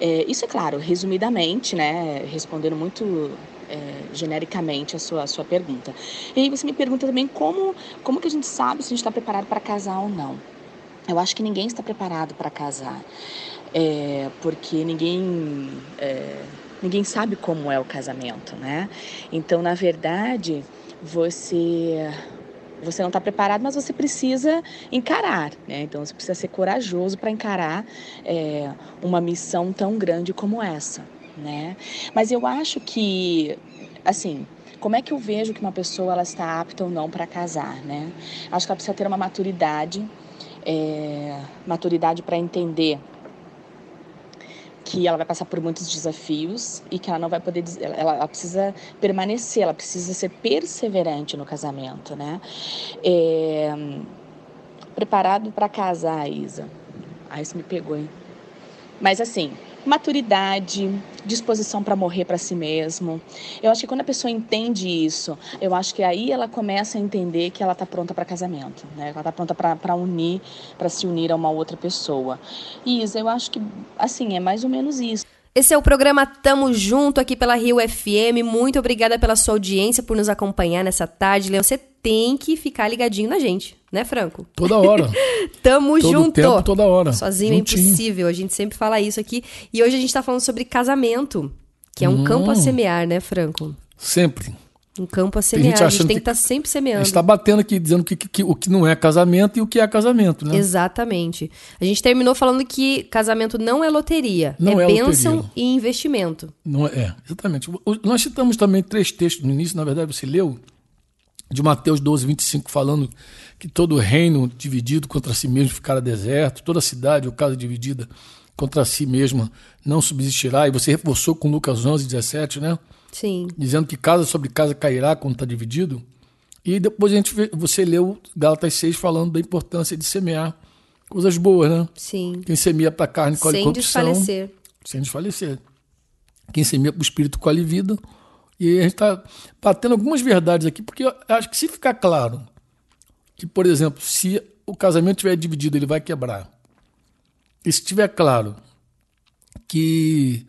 E: É, isso é claro, resumidamente, né? Respondendo muito é, genericamente a sua, a sua pergunta. E aí você me pergunta também como como que a gente sabe se a gente está preparado para casar ou não? Eu acho que ninguém está preparado para casar, é, porque ninguém é, ninguém sabe como é o casamento, né? Então, na verdade, você você não está preparado, mas você precisa encarar, né? Então, você precisa ser corajoso para encarar é, uma missão tão grande como essa, né? Mas eu acho que, assim, como é que eu vejo que uma pessoa ela está apta ou não para casar, né? Acho que ela precisa ter uma maturidade, é, maturidade para entender que ela vai passar por muitos desafios e que ela não vai poder, des- ela, ela- ela precisa permanecer, ela precisa ser perseverante no casamento, né? É, Ah, preparado para casar, Isa. Aí você me pegou, hein? Mas assim, maturidade, disposição para morrer para si mesmo. Eu acho que quando a pessoa entende isso, eu acho que aí ela começa a entender que ela está pronta para casamento, né? Ela está pronta para unir, para se unir a uma outra pessoa. E Isa, eu acho que assim é mais ou menos isso.
D: Esse é o programa Tamo Junto aqui pela Rio FM. Muito obrigada pela sua audiência, por nos acompanhar nessa tarde. Leão, você tem que ficar ligadinho na gente, né, Franco?
C: Toda hora.
D: Tamo
C: Todo
D: junto.
C: tempo, toda hora.
D: Sozinho
C: Juntinho.
D: é impossível, a gente sempre fala isso aqui. E hoje a gente tá falando sobre casamento, que é
C: Hum.
D: um campo a semear, né, Franco?
C: Sempre.
D: Um campo a
C: gente
D: semear. a gente
C: achando
D: tem que
C: que-
D: estar sempre
C: A
D: semeando.
C: gente tá batendo aqui, dizendo que, que- que o que não é casamento e o que é casamento, né?
D: Exatamente. A gente terminou falando que casamento não é loteria,
C: Não
D: é,
C: é
D: bênção
C: loteria.
D: e investimento.
C: Não é, é, exatamente. O- o- Nós citamos também três textos no início, na verdade você leu, de Mateus 12, 25, falando que todo reino dividido contra si mesmo ficará deserto, toda cidade ou casa dividida contra si mesma não subsistirá. E você reforçou com Lucas 11, 17, né?
D: Sim.
C: Dizendo que casa sobre casa cairá quando está dividido. E depois a gente vê, você leu Gálatas 6 falando da importância de semear coisas boas, né?
D: Sim.
C: Quem semeia para carne colhe
D: Sem
C: corrupção
D: desfalecer.
C: sem desfalecer. Quem semeia para o espírito colhe vida. E a gente está batendo algumas verdades aqui, porque eu acho que se ficar claro que, por exemplo, se o casamento estiver dividido, ele vai quebrar. E se estiver claro que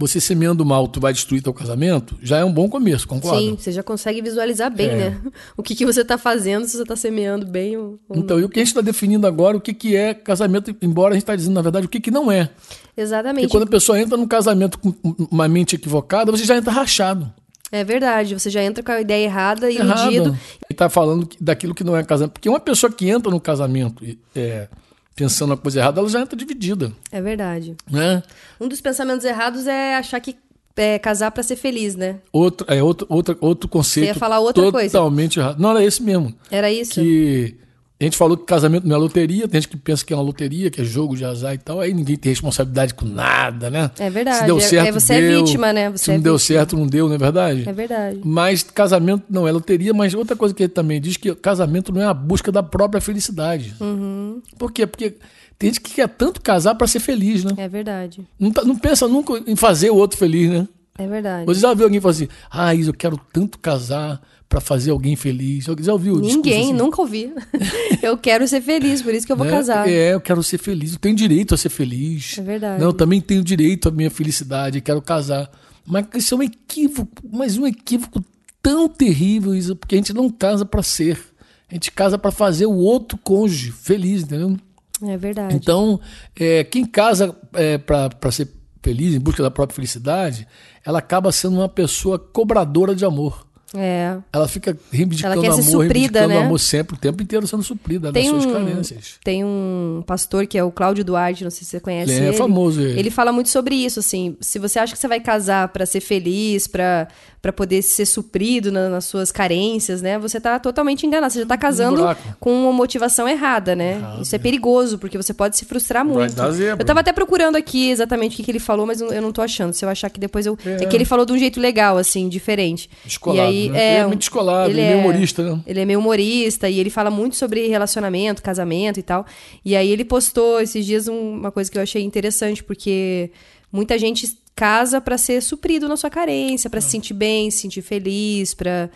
C: você semeando mal, tu vai destruir teu casamento, já é um bom começo, concorda?
D: Sim, você já consegue visualizar bem,
C: É.
D: né? O que, que você tá fazendo, se você tá semeando bem ou, ou
C: Então, e o que a gente está definindo agora, o que, que é casamento, embora a gente está dizendo, na verdade, o que, que não é. Porque
D: Exatamente.
C: quando a pessoa entra num casamento com uma mente equivocada, você já entra rachado.
D: É verdade. Você já entra com a ideia errada,
C: Errado.
D: iludido.
C: Ele tá falando que- daquilo que não é casamento. Porque uma pessoa que entra no casamento e, é, pensando na coisa errada, ela já entra dividida,
D: É verdade.
C: né?
D: Um dos pensamentos errados é achar que é casar pra ser feliz, né?
C: Outro, é, outro, outra- outro conceito
D: Você ia falar outra coisa.
C: totalmente errado. Não, era esse mesmo.
D: Era isso?
C: Que a gente falou que casamento não é loteria, tem gente que pensa que é uma loteria, que é jogo de azar e tal, aí ninguém tem responsabilidade com nada, né?
D: É verdade.
C: Se deu
D: É-
C: certo,
D: é, você é
C: deu.
D: vítima, né? Você
C: Se
D: é
C: não deu
D: vítima.
C: certo, não deu, não é verdade?
D: É verdade.
C: Mas casamento não é loteria, mas outra coisa que ele também diz que casamento não é a busca da própria felicidade. Por quê? Porque tem gente que quer tanto casar para ser feliz, né?
D: É verdade.
C: Não, tá- não pensa nunca em fazer o outro feliz, né?
D: É verdade.
C: Você já viu alguém falar assim, ah, Isa, eu quero tanto casar para fazer alguém feliz. Você já ouviu? o discurso
D: Ninguém,
C: assim?
D: nunca ouvi. eu quero ser feliz, por isso que eu vou
C: né?
D: casar.
C: É, eu quero ser feliz, eu tenho direito a ser feliz.
D: É verdade.
C: Não, eu também tenho direito à minha felicidade, eu quero casar. Mas isso é um equívoco, mas um equívoco tão terrível, Isa, porque a gente não casa pra ser. A gente casa pra fazer o outro cônjuge feliz, entendeu?
D: É verdade.
C: Então, é, quem casa é, para ser feliz, em busca da própria felicidade, ela acaba sendo uma pessoa cobradora de amor.
D: é.
C: Ela fica reivindicando
D: Ela quer ser
C: amor,
D: suprida,
C: reivindicando
D: né?
C: amor sempre, o tempo inteiro sendo suprida
D: Tem
C: das suas
D: um,
C: carências.
D: tem um pastor que é o Cláudio Duarte, não sei se você conhece
C: Ele
D: ele.
C: é famoso, ele.
D: Ele fala muito sobre isso, assim. Se você acha que você vai casar pra ser feliz, pra pra poder ser suprido na- nas suas carências, né? Você tá totalmente enganado. Você já tá casando
C: buraco.
D: com uma motivação errada, né? Isso é perigoso, porque você pode se frustrar muito.
C: dar zebra.
D: Eu tava até procurando aqui exatamente o que, que ele falou, mas eu eu não tô achando. Se eu achar que depois eu. É, que ele falou de um jeito legal, assim, diferente.
C: Descolado,
D: E aí,
C: né? Ele é
D: um-
C: muito descolado, ele é meio humorista, né?
D: ele é meio humorista e ele fala muito sobre relacionamento, casamento e tal. E aí ele postou esses dias um- uma coisa que eu achei interessante, porque muita gente casa pra ser suprido na sua carência,
C: Uhum.
D: pra se sentir bem, se sentir feliz, pra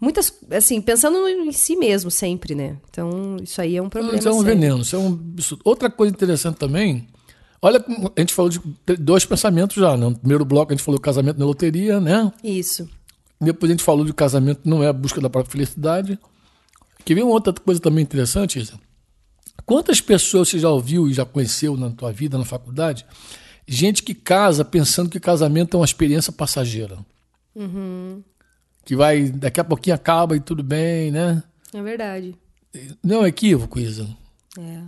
D: muitas assim, pensando em si mesmo sempre, né? Então, isso aí é um problema
C: Isso é um
D: sério.
C: veneno, isso é um absurdo. Outra coisa interessante também, olha, como a gente falou de dois pensamentos já, né? No primeiro bloco a gente falou casamento na loteria, né?
D: Isso.
C: Depois a gente falou de casamento não é a busca da própria felicidade. Que vem uma outra coisa também interessante, Isa. Quantas pessoas você já ouviu e já conheceu na tua vida, na faculdade? Gente que casa pensando que casamento é uma experiência passageira.
D: Uhum.
C: Que vai, daqui a pouquinho acaba e tudo bem, né?
D: É verdade.
C: Não é um equívoco, Isa.
D: É.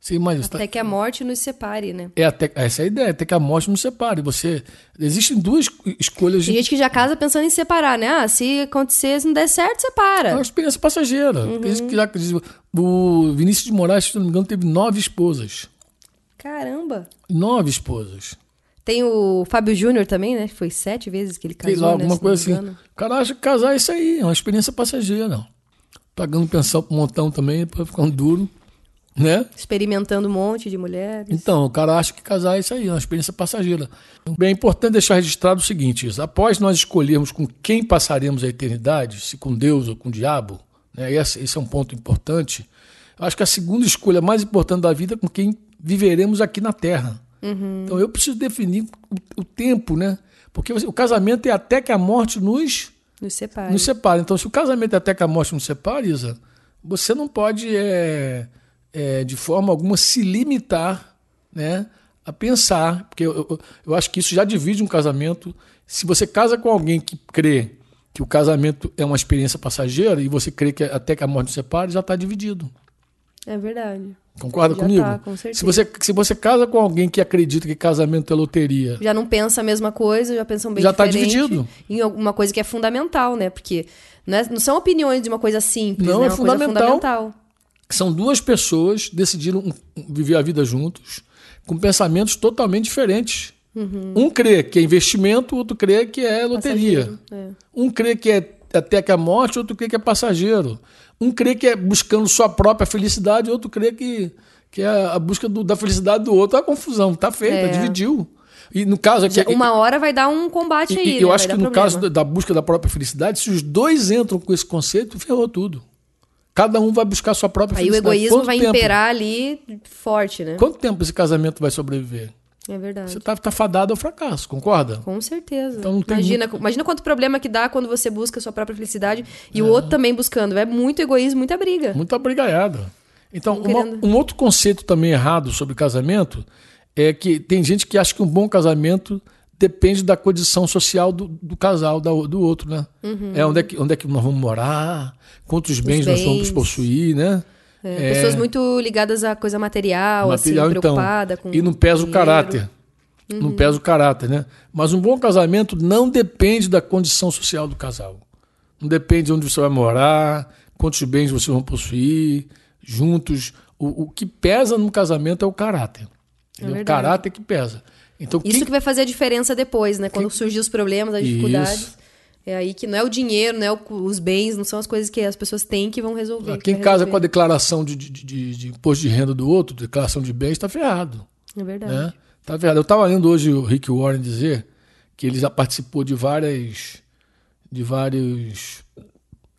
C: Você imagina, você tá-
D: Até que a morte nos separe, né?
C: É até, essa é a ideia, até que a morte nos separe. Você existem duas escolhas
D: Tem
C: de
D: gente que já casa pensando em separar, né? Ah, se acontecer, se não der certo, separa.
C: é uma experiência passageira.
D: Uhum.
C: Diz que já- diz- O Vinícius de Moraes, se não me engano, teve nove esposas.
D: Caramba.
C: Nove esposas.
D: Tem o Fábio Júnior também, né? Foi sete vezes que ele casou,
C: Sei lá,
D: né?
C: alguma
D: Se não
C: coisa
D: me
C: assim.
D: engano.
C: O cara acha que casar é isso aí, é uma experiência passageira. Pagando pensão pro montão também, pra ficar um duro. né?
D: Experimentando um monte de mulheres.
C: Então, o cara acha que casar é isso aí, é uma experiência passageira. Bem, é importante deixar registrado o seguinte: Isa, após nós escolhermos com quem passaremos a eternidade, se com Deus ou com o diabo, né, esse, esse é um ponto importante. Eu acho que a segunda escolha mais importante da vida é com quem viveremos aqui na Terra. Então, eu preciso definir o, o tempo, né? Porque o casamento é até que a morte nos
D: Nos separa.
C: nos separa. Então, se o casamento é até que a morte nos separa, Isa, você não pode, é, é, de forma alguma, se limitar né, a pensar. Porque eu, eu, eu acho que isso já divide um casamento. Se você casa com alguém que crê que o casamento é uma experiência passageira e você crê que até que a morte nos separe, já está dividido.
D: É verdade.
C: Concorda
D: Já
C: comigo?
D: tá, com certeza.
C: se, você, se você casa com alguém que acredita que casamento é loteria,
D: Já não pensa a mesma coisa, já pensam bem
C: Já tá
D: diferente.
C: dividido.
D: Em alguma coisa que é fundamental, né? Porque não, é- não são opiniões de uma coisa simples,
C: Não,
D: né?
C: é
D: uma
C: fundamental.
D: coisa fundamental.
C: são duas pessoas decidiram um, viver a vida juntos com pensamentos totalmente diferentes.
D: Uhum.
C: Um crê que é investimento, outro crê que é loteria.
D: Passageiro, é.
C: Um crê que é até que a morte, outro crê que é passageiro. Um crê que é buscando sua própria felicidade, outro crê que, que é a busca do- da felicidade do outro. É a confusão, tá feita,
D: É.
C: dividiu. E no caso aqui.
D: Já- uma hora vai dar um combate
C: é- e- e-
D: aí. né?
C: eu
D: Vai
C: acho que
D: dar
C: no
D: problema.
C: caso da- da busca da própria felicidade, se os dois entram com esse conceito, ferrou tudo. Cada um vai buscar sua própria
D: Aí o
C: felicidade.
D: egoísmo
C: Quanto
D: vai
C: tempo?
D: imperar ali forte, né?
C: Quanto tempo esse casamento vai sobreviver?
D: É verdade.
C: Você tá, tá fadado ao fracasso, concorda?
D: Com certeza.
C: Então não tem
D: imagina, imagina quanto problema que dá quando você busca a sua própria felicidade e o outro também buscando. É muito egoísmo, muita briga.
C: Muito obrigada. Então,
D: Não
C: uma-
D: querendo.
C: um outro conceito também errado sobre casamento é que tem gente que acha que um bom casamento depende da condição social do, do casal, da o- do outro, né?
D: Uhum.
C: É onde é, que, onde é que nós vamos morar, quantos bens, nós vamos
D: bens.
C: possuir, né?
D: É, Pessoas muito ligadas à coisa material,
C: material
D: assim,
C: então
D: preocupada com
C: e não pesa o
D: dinheiro. Uhum.
C: caráter não pesa o caráter né mas um bom casamento não depende da condição social do casal não depende de onde você vai morar quantos bens vocês vão possuir juntos o, o que pesa no casamento é o caráter entendeu? o
D: verdade.
C: caráter que pesa então
D: Isso
C: quem-
D: que vai fazer a diferença depois, né? Quando surgir os problemas, as
C: Isso.
D: dificuldades. É aí que não é o dinheiro, não é o- os bens, não são as coisas que as pessoas têm que vão resolver. que
C: Ah, quem
D: vai
C: casa
D: resolver.
C: com a declaração de, de, de- de imposto de renda do outro declaração de bens está ferrado
D: É verdade.
C: né? Tá vendo? Eu estava lendo hoje o Rick Warren dizer que ele já participou de várias. de vários.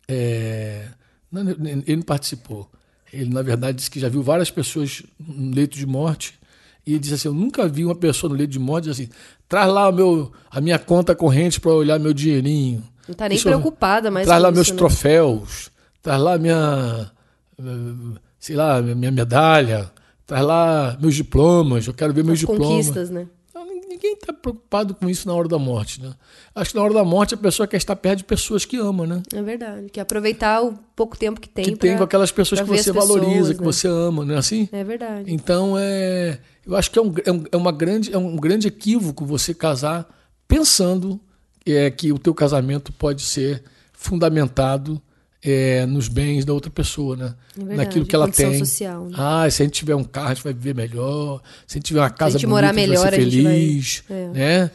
C: é, não, ele ele não participou. Ele, na verdade, disse que já viu várias pessoas no leito de morte. E ele disse assim: Eu nunca vi uma pessoa no leito de morte dizer assim: traz lá o meu, a minha conta corrente para olhar meu dinheirinho.
D: Não tá nem
C: Isso- é um
D: preocupada mais
C: Traz
D: com
C: lá
D: isso,
C: meus
D: né?
C: troféus, traz lá minha, eh, sei lá, minha medalha, traz lá meus diplomas, eu quero ver meus
D: As
C: diplomas.
D: conquistas, né?
C: Então, nin- Ninguém está preocupado com isso na hora da morte, né? Acho que na hora da morte a pessoa quer estar perto de pessoas que ama, né?
D: É verdade. Que aproveitar o pouco tempo que tem.
C: que tem
D: pra-
C: com aquelas pessoas
D: pra
C: que
D: ver as
C: você
D: pessoas,
C: valoriza, que
D: né?
C: você ama, não é assim?
D: É verdade.
C: Então é, eu acho que é um, é um- é uma grande, é um grande equívoco você casar pensando é, que o teu casamento pode ser fundamentado é, nos bens da outra pessoa, né?
D: É verdade,
C: Naquilo que ela
D: condição
C: tem.
D: social, né?
C: Ah, se a gente tiver um carro, a gente vai viver melhor. Se a gente tiver uma casa
D: gente
C: bonita,
D: morar
C: a
D: melhor,
C: gente
D: a
C: vai ser
D: gente vai-
C: feliz,
D: É.
C: né?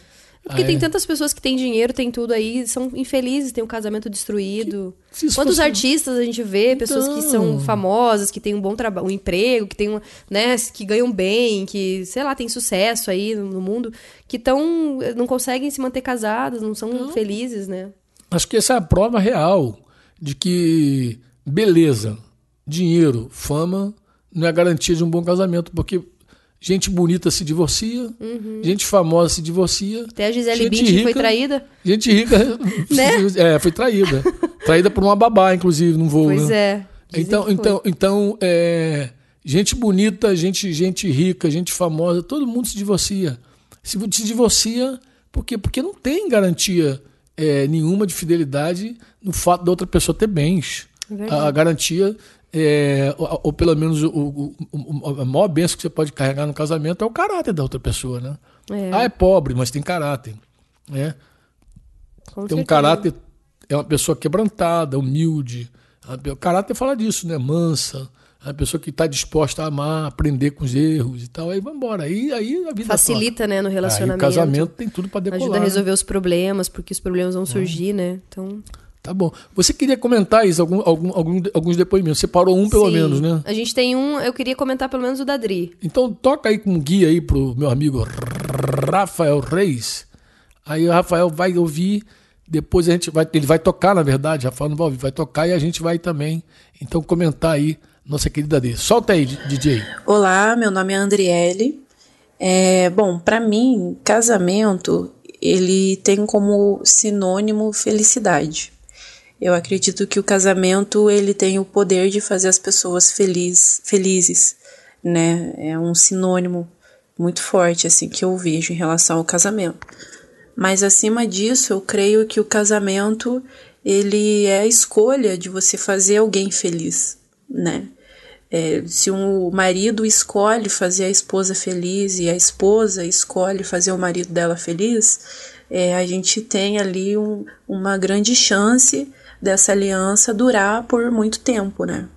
D: Porque
C: Ah,
D: tem
C: é.
D: tantas pessoas que têm dinheiro, têm tudo aí, são infelizes, têm o casamento destruído.
C: se isso
D: Quantos
C: fosse-
D: artistas a gente vê, pessoas que são
C: Então.
D: famosas, que têm um bom trabalho, um emprego, que têm um, né, que ganham bem, que, sei lá, têm sucesso aí no no mundo, que tão, não conseguem se manter casadas, não são felizes, né?
C: Acho que essa é a prova real de que beleza, dinheiro, fama não é garantia de um bom casamento, porque gente bonita se divorcia, gente famosa se divorcia.
D: Até a Gisele
C: gente
D: Bündchen foi
C: rica-
D: traída.
C: Gente rica é, foi traída. Traída por uma babá, inclusive, num voo.
D: Pois
C: né?
D: é. dizem
C: Então,
D: que foi.
C: então, então é, gente bonita, gente, gente rica, gente famosa, todo mundo se divorcia. Se vo- se divorcia por quê? Porque não tem garantia é, nenhuma de fidelidade no fato da outra pessoa ter bens.
D: É
C: A, a garantia, é, ou, ou pelo menos o, o- o- a maior benção que você pode carregar no casamento é o caráter da outra pessoa, né?
D: É.
C: Ah, é pobre, mas tem caráter. Né?
D: Com
C: tem um
D: certeza.
C: caráter, é uma pessoa quebrantada, humilde. A- O caráter fala disso, né? Mansa. É uma pessoa que está disposta a amar, aprender com os erros e tal. Aí vamos embora. Aí, aí a vida
D: Facilita, né, no
C: toca. Aí o
D: relacionamento.
C: casamento tem tudo para decolar.
D: Ajuda a
C: né?
D: resolver os problemas, porque os problemas vão surgir, né? Então,
C: Tá bom. Você queria comentar, Isa, algum, algum, algum- alguns depoimentos. Você parou um pelo
D: Sim.
C: menos, né?
D: A gente tem um, eu queria comentar pelo menos o da Dri.
C: Então toca aí com guia aí pro meu amigo Rafael Reis. Aí o Rafael vai ouvir, depois a gente vai, ele vai tocar, na verdade, Rafael não vai ouvir, vai tocar e a gente vai também então comentar aí nossa querida D. Solta aí, DJ.
F: Olá, meu nome é Andriele. É, bom, para mim, casamento ele tem como sinônimo felicidade. Eu acredito que o casamento ele tem o poder de fazer as pessoas feliz, felizes, né? É um sinônimo muito forte assim que eu vejo em relação ao casamento. Mas acima disso, eu creio que o casamento ele é a escolha de você fazer alguém feliz, né? É, se o marido escolhe fazer a esposa feliz e a esposa escolhe fazer o marido dela feliz, é, a gente tem ali um- uma grande chance dessa aliança durar por muito tempo, né?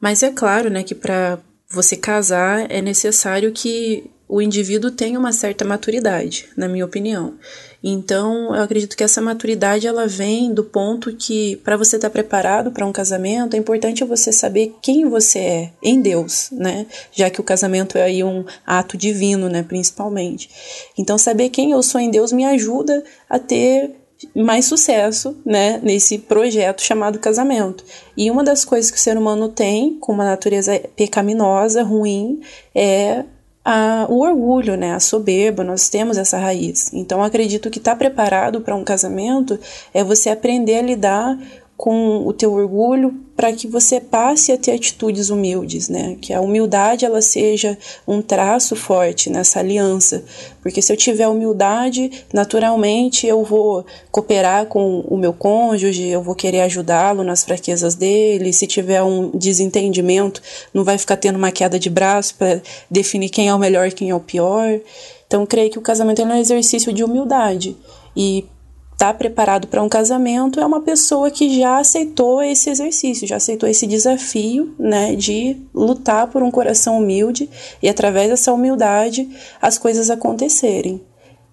F: Mas é claro, né, que para você casar é necessário que o indivíduo tenha uma certa maturidade, na minha opinião. Então, eu acredito que essa maturidade ela vem do ponto que para você estar preparado para um casamento, é importante você saber quem você é em Deus, né? Já que o casamento é aí um ato divino, né, principalmente. Então, saber quem eu sou em Deus me ajuda a ter mais sucesso, né, nesse projeto chamado casamento. E uma das coisas que o ser humano tem, com uma natureza pecaminosa, ruim, é a- o orgulho, né, a soberba, nós temos essa raiz. Então, eu acredito que estar preparado para um casamento é você aprender a lidar com o teu orgulho para que você passe a ter atitudes humildes, né? Que a humildade ela seja um traço forte nessa aliança, porque se eu tiver humildade, naturalmente eu vou cooperar com o meu cônjuge, eu vou querer ajudá-lo nas fraquezas dele, se tiver um desentendimento, não vai ficar tendo uma queda de braço para definir quem é o melhor, e quem é o pior. Então, eu creio que o casamento ele é um exercício de humildade e tá preparado para um casamento é uma pessoa que já aceitou esse exercício, já aceitou esse desafio, né, de lutar por um coração humilde e através dessa humildade as coisas acontecerem.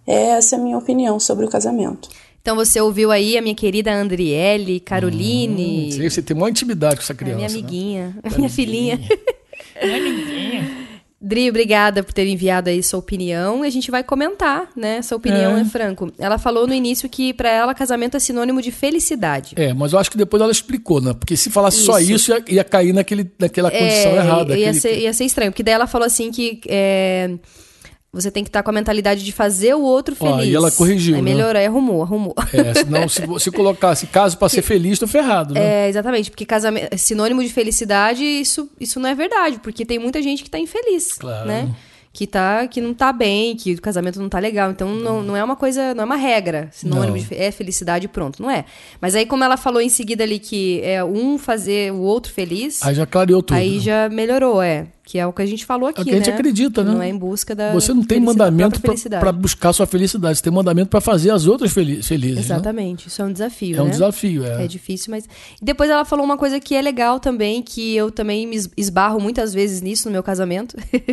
F: É essa é a minha opinião sobre o casamento.
D: Então você ouviu aí a minha querida Andriele,
C: Hum,
D: Caroline,
C: sei, você tem maior intimidade com essa
D: a
C: criança.
D: É minha
C: né?
D: amiguinha, a minha filhinha. Dri, obrigada por ter enviado aí sua opinião e a gente vai comentar, né? Sua opinião,
C: É.
D: né, Franco? Ela falou no início que pra ela casamento é sinônimo de felicidade.
C: É, mas eu acho que depois ela explicou, né? Porque se falasse só isso, ia, ia cair naquele, naquela condição
D: É,
C: errada.
D: Ia,
C: aquele-
D: ser, ia ser estranho, porque daí ela falou assim que é, você tem que estar com a mentalidade de fazer o outro
C: Ó,
D: feliz.
C: e ela corrigiu,
D: Aí
C: né?
D: melhorou, aí arrumou, arrumou.
C: É, senão se você colocasse caso pra ser feliz, tô ferrado, né?
D: É, exatamente, porque casamento, sinônimo de felicidade, isso, isso não é verdade, porque tem muita gente que tá infeliz,
C: Claro.
D: né? Que, tá, que não tá bem, que o casamento não tá legal. Então, não, não é uma coisa, não é uma regra. Sinônimo
C: Não.
D: de fe- é felicidade e pronto, não é. Mas aí, como ela falou em seguida ali que é um fazer o outro feliz,
C: Aí já clareou tudo. né?
D: aí já melhorou, é. Que é o que a gente falou aqui,
C: É o que a gente
D: né?
C: acredita, né?
D: Não é em busca da
C: Você não tem
D: felicidade-
C: mandamento
D: própria
C: pra-
D: felicidade.
C: pra buscar sua felicidade, você tem mandamento pra fazer as outras feli- felizes. né?
D: Exatamente, isso é um desafio,
C: É um
D: né?
C: desafio, é.
D: É difícil, mas. E depois ela falou uma coisa que é legal também, que eu também me es- esbarro muitas vezes nisso no meu casamento,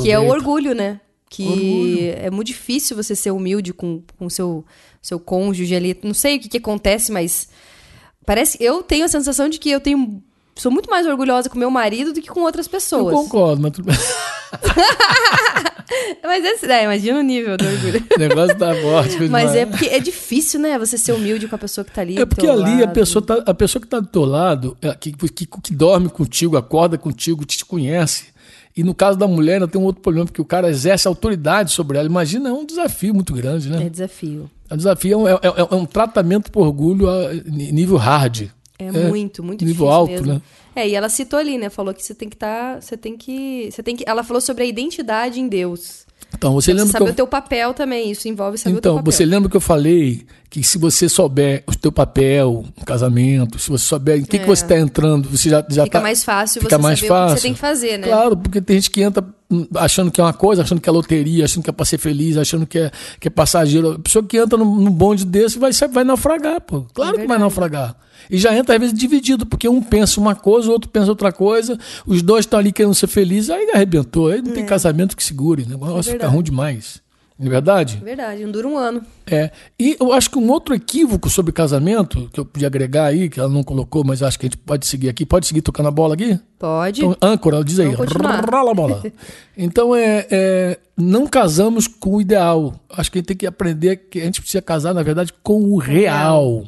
D: que é o
C: Aproveita.
D: orgulho, né? Que
C: Orgulho.
D: é muito difícil você ser humilde com o seu, seu cônjuge ali. Não sei o que, que acontece, mas. Parece. Eu tenho a sensação de que eu tenho. Sou muito mais orgulhosa com meu marido do que com outras
C: Eu
D: pessoas.
C: concordo, mas tudo bem.
D: Mas esse, é, imagina o nível do orgulho.
C: o negócio tá forte. foi
D: Mas
C: demais.
D: é porque é difícil, né? Você ser humilde com a pessoa que tá ali.
C: É
D: do
C: porque
D: teu
C: ali a
D: lado.
C: pessoa, tá- a pessoa que está do teu lado, é, que, que, que dorme contigo, acorda contigo, te conhece. E no caso da mulher, ainda tem um outro problema, porque o cara exerce autoridade sobre ela. Imagina, é um desafio muito grande, né?
D: É desafio.
C: É um desafio, é, é- é- é um tratamento por orgulho a ni- nível hard.
D: É,
C: É,
D: muito, muito
C: nível
D: difícil
C: alto,
D: mesmo.
C: né?
D: É, e ela citou ali, né? Falou que você tem que estar, você tem que, você tem que, ela falou sobre a identidade em Deus.
C: Então, você
D: Você
C: lembra
D: saber
C: que eu-
D: o teu papel também, isso envolve saber o
C: Então,
D: teu papel.
C: você lembra que eu falei que se você souber o teu papel no casamento, se você souber em que, que você está entrando, você já, já
D: É. Fica
C: tá-
D: mais fácil
C: fica
D: você
C: mais
D: saber o que
C: fácil.
D: você tem que fazer, né?
C: Claro, porque tem gente que entra hum, achando que é uma coisa, achando que é loteria, achando que é pra ser feliz, achando que é, que é passageiro. A pessoa que entra num, num bonde desse vai, sa- vai naufragar, pô.
D: É
C: Claro que vai naufragar. E já entra, às vezes, dividido, porque um pensa uma coisa, o outro pensa outra coisa, os dois estão ali querendo ser felizes, aí arrebentou, aí não tem casamento que segure, né? o negócio fica
D: É. verdade.
C: ruim demais. Não é verdade?
D: Verdade, não dura um ano.
C: É. E eu acho que um outro equívoco sobre casamento, que eu podia agregar aí, que ela não colocou, mas acho que a gente pode seguir aqui. Pode seguir tocando a bola aqui?
D: Pode.
C: Então, âncora, diz aí.
D: Vamos continuar.
C: Rala a bola. Então, é, é, não casamos com o ideal. Acho que a gente tem que aprender que a gente precisa casar, na verdade, com o real.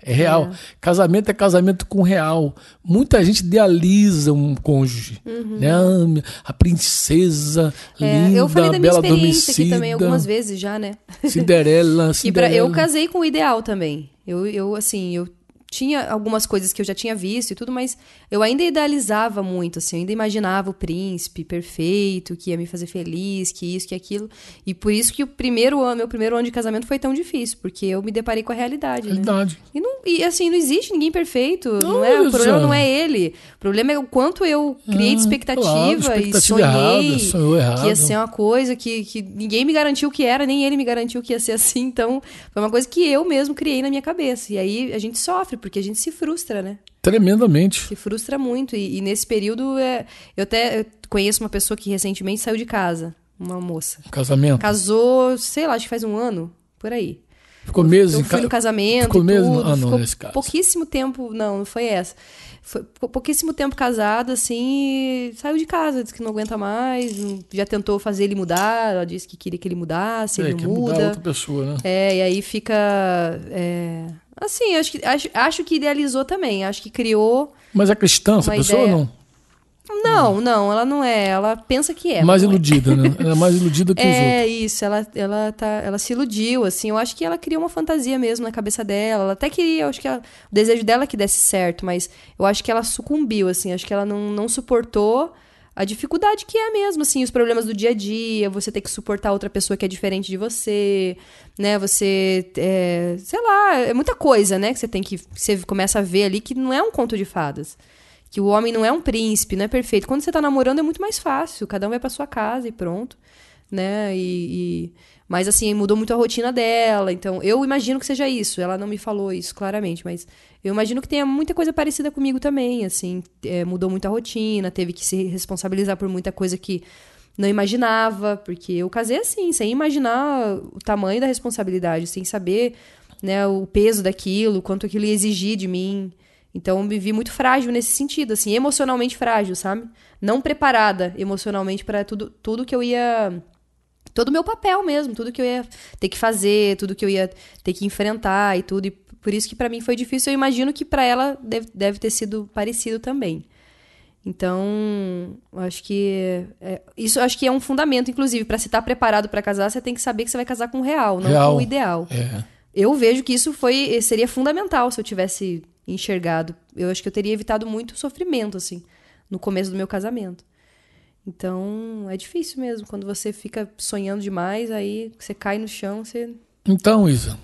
C: É real. Casamento é casamento com o real. Muita gente idealiza um cônjuge. Né? Ah, A princesa
D: Uhum. É,
C: linda,
D: eu falei da minha
C: bela
D: experiência aqui também algumas
C: adormecida,
D: vezes já, né?
C: Cinderela,
D: Que pra,
C: Cinderela.
D: eu casei com o ideal também. Eu, eu, assim, eu tinha algumas coisas que eu já tinha visto e tudo, mas eu ainda idealizava muito, assim, eu ainda imaginava o príncipe perfeito, que ia me fazer feliz, que isso, que aquilo. E por isso que o primeiro ano, meu primeiro ano de casamento foi tão difícil, porque eu me deparei com a realidade, né?
C: É Verdade.
D: E, não- e, assim, não existe ninguém perfeito. Não,
C: Não,
D: é, o
C: Luciana.
D: problema não é ele. O problema é o quanto eu criei de
C: Ah,
D: expectativa,
C: claro,
D: e
C: expectativa
D: sonhei
C: errada, sonhou errado.
D: que ia ser um uma coisa que, que ninguém me garantiu que era, nem ele me garantiu que ia ser assim. Então, foi uma coisa que eu mesmo criei na minha cabeça. E aí a gente sofre, porque a gente se frustra, né?
C: Tremendamente.
D: Se frustra muito. E, e nesse período, é, eu até eu conheço uma pessoa que recentemente saiu de casa, uma moça.
C: Casamento.
D: Casou, sei lá, acho que faz um ano, por aí.
C: Ficou meses
D: Eu
C: em
D: fui
C: casa. É,
D: no casamento
C: Ficou
D: e
C: mesmo?
D: tudo.
C: Ah, não,
D: ficou
C: nesse caso.
D: pouquíssimo tempo, não, não foi essa. Foi pou- pouquíssimo tempo casado, assim, e saiu de casa, disse que não aguenta mais, não- já tentou fazer ele mudar, ela disse que queria que ele mudasse,
C: É,
D: ele
C: que
D: não
C: mudar
D: muda.
C: outra pessoa, né?
D: É, e aí fica. é, assim, acho que, acho, acho que idealizou também, acho que criou.
C: Mas é cristã essa
D: Uma
C: pessoa
D: ideia-
C: ou não? Uhum.
D: Não, não, ela não é, ela pensa que é. mas
C: mais
D: não é.
C: iludida, né? Ela é mais iludida que os outros.
D: É, isso, ela, ela, tá, ela se iludiu, assim, eu acho que ela criou uma fantasia mesmo na cabeça dela, ela até queria, eu acho que ela- o desejo dela é que desse certo, mas eu acho que ela sucumbiu, assim, acho que ela não, não suportou a dificuldade que é mesmo, assim, os problemas do dia a dia, você ter que suportar outra pessoa que é diferente de você, né, você, é, sei lá, é muita coisa, né, que você tem que, você começa a ver ali que não é um conto de fadas. Que o homem não é um príncipe, não é perfeito. Quando você tá namorando é muito mais fácil, cada um vai pra sua casa e pronto né? E, e- mas assim mudou muito a rotina dela. Então eu imagino que seja isso. Ela não me falou isso claramente, mas eu imagino que tenha muita coisa parecida comigo também. Assim é, mudou muito a rotina, teve que se responsabilizar por muita coisa que não imaginava, porque eu casei assim, sem imaginar o tamanho da responsabilidade, sem saber né, o peso daquilo, quanto aquilo ia exigir de mim. Então eu me vi muito frágil nesse sentido, assim, emocionalmente frágil, sabe? Não preparada emocionalmente para tudo, tudo que eu ia todo o meu papel mesmo, tudo que eu ia ter que fazer, tudo que eu ia ter que enfrentar e tudo. E por isso que pra mim foi difícil. Eu imagino que pra ela deve, deve ter sido parecido também. Então, eu acho que é, isso acho que é um fundamento, inclusive, pra se estar preparado pra casar, você tem que saber que você vai casar com o real, não
C: Real.
D: com o ideal.
C: É.
D: Eu vejo que isso foi eh, seria fundamental se eu tivesse enxergado. Eu acho que eu teria evitado muito sofrimento assim no começo do meu casamento. Então, é difícil mesmo quando você fica sonhando demais, aí você cai no chão, você
C: Então, Isa.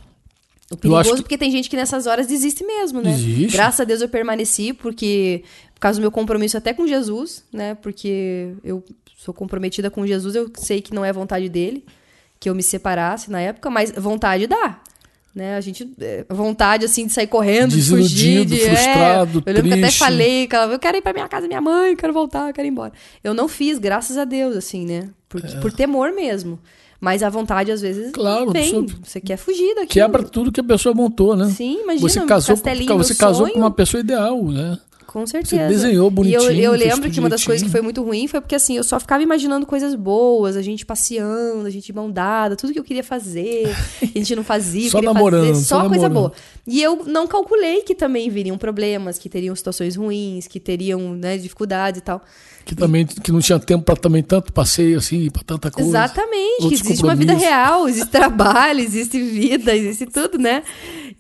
D: o perigoso
C: que-
D: porque tem gente que nessas horas desiste mesmo, né?
C: Desiste.
D: Graças a Deus eu permaneci porque por causa do meu compromisso até com Jesus, né? Porque eu sou comprometida com Jesus, eu sei que não é vontade dele que eu me separasse na época, mas vontade dá. Né? A gente, é, vontade assim de sair correndo, de fugir,
C: Desiludido,
D: de, é,
C: frustrado,
D: Eu lembro que até
C: triste.
D: falei, que ela, eu quero ir pra minha casa, minha mãe, eu quero voltar, eu quero ir embora. Eu não fiz, graças a Deus, assim, né? Por, por temor mesmo. Mas a vontade às vezes
C: É. Claro,
D: vem,
C: você-
D: você quer fugir daqui.
C: Quebra tudo que a pessoa montou, né?
D: Sim, imagina,
C: Você
D: um
C: casou,
D: castelinho,
C: com, você
D: meu
C: casou
D: sonho.
C: com uma pessoa ideal, né?
D: Com certeza.
C: desenhou bonitinho,
D: E eu, eu
C: fez
D: lembro
C: tudo
D: que uma das coisas que
C: direitinho.
D: foi muito ruim foi porque, assim, eu só ficava imaginando coisas boas, a gente passeando, a gente de mão dada, tudo que eu queria fazer, a gente não fazia, eu
C: Só
D: queria
C: namorando,
D: fazer, só,
C: só
D: coisa
C: namorando.
D: boa. E eu não calculei que também viriam problemas, que teriam situações ruins, que teriam, né, dificuldades e tal.
C: Que também que não tinha tempo para também tanto passeio assim, para tanta coisa.
D: Exatamente, que
C: outros
D: existe uma vida
C: compromissos.
D: real, existe trabalho, existe vida, existe tudo, né?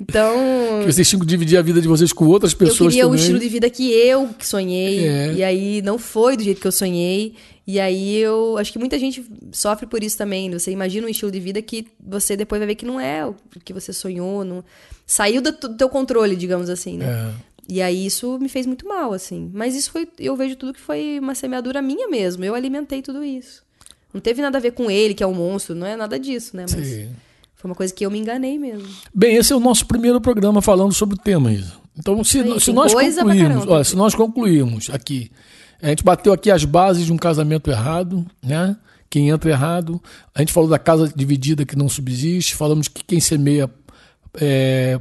D: Então,
C: Que vocês tinham que dividir a vida de vocês com outras
D: eu
C: pessoas
D: queria um
C: também.
D: estilo de vida que eu que sonhei
C: É.
D: e aí não foi do jeito que eu sonhei e aí eu acho que muita gente sofre por isso também você imagina um estilo de vida que você depois vai ver que não é o que você sonhou não saiu do, do teu controle digamos assim né?
C: É.
D: E aí isso me fez muito mal, assim. Mas isso foi. Eu vejo tudo que foi uma semeadura minha mesmo. Eu alimentei tudo isso. Não teve nada a ver com ele, que é um monstro, não é nada disso, né? Mas
C: Sim.
D: foi uma coisa que eu me enganei mesmo.
C: Bem, esse é o nosso primeiro programa falando sobre o tema, Isa. Então, se,
D: Aí,
C: se
D: tem
C: nós
D: coisa pra
C: concluirmos,
D: caramba.
C: olha, se nós concluirmos aqui, a gente bateu aqui as bases de um casamento errado, né? quem entra errado. A gente falou da casa dividida que não subsiste, falamos que quem semeia é,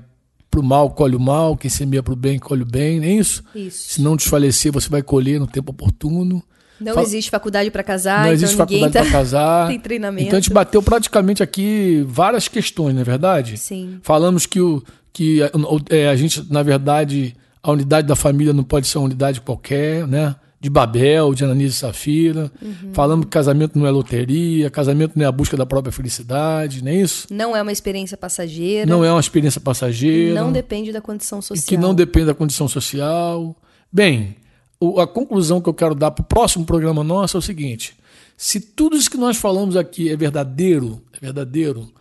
C: para o mal colhe o mal, quem semeia para o bem colhe o bem, não é isso?
D: Isso.
C: Se não desfalecer, você vai colher no tempo oportuno.
D: Não
C: Fal-
D: existe faculdade pra casar,
C: não
D: então
C: existe
D: ninguém
C: faculdade
D: tá...
C: para casar.
D: tem treinamento.
C: Então a gente bateu praticamente aqui várias questões, não é verdade?
D: Sim.
C: Falamos que, o, que a, o- é, a gente, na verdade, a unidade da família não pode ser uma unidade qualquer, né? De Babel, de Ananias e Safira. Falamos que casamento não é loteria, casamento não é a busca da própria felicidade, não é isso?
D: Não é uma experiência passageira.
C: Não é uma experiência passageira.
D: não depende da condição
C: e
D: social.
C: que não depende da condição social. Bem, o- a conclusão que eu quero dar para o próximo programa nosso é o seguinte: se tudo isso que nós falamos aqui é verdadeiro, é verdadeiro,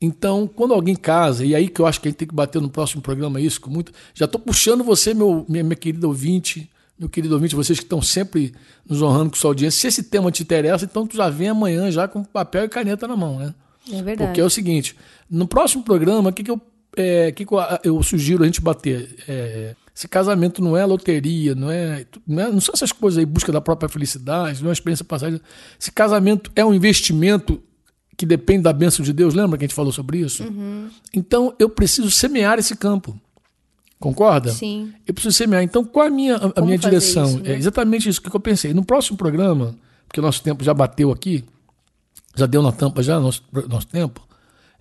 C: então quando alguém casa, e aí que eu acho que a gente tem que bater no próximo programa isso, com muito. Já estou puxando você, meu, minha, minha querida ouvinte. Meu querido ouvinte, vocês que estão sempre nos honrando com sua audiência, se esse tema te interessa, então tu já vem amanhã já com papel e caneta na mão, né?
D: É verdade.
C: Porque é o seguinte, no próximo programa, o que, que, eu, é, que, que eu, eu sugiro a gente bater? É, se casamento não é loteria, não é, não é- não são essas coisas aí, busca da própria felicidade, não é uma experiência passada. Se casamento é um investimento que depende da bênção de Deus, lembra que a gente falou sobre isso?
D: Uhum.
C: Então eu preciso semear esse campo. Concorda?
D: Sim.
C: Eu preciso semear. Então, qual a minha, a- a
D: Como
C: minha
D: fazer
C: direção?
D: isso, né?
C: É exatamente isso que eu pensei. No próximo programa, porque o nosso tempo já bateu aqui, já deu na tampa já nosso, nosso tempo.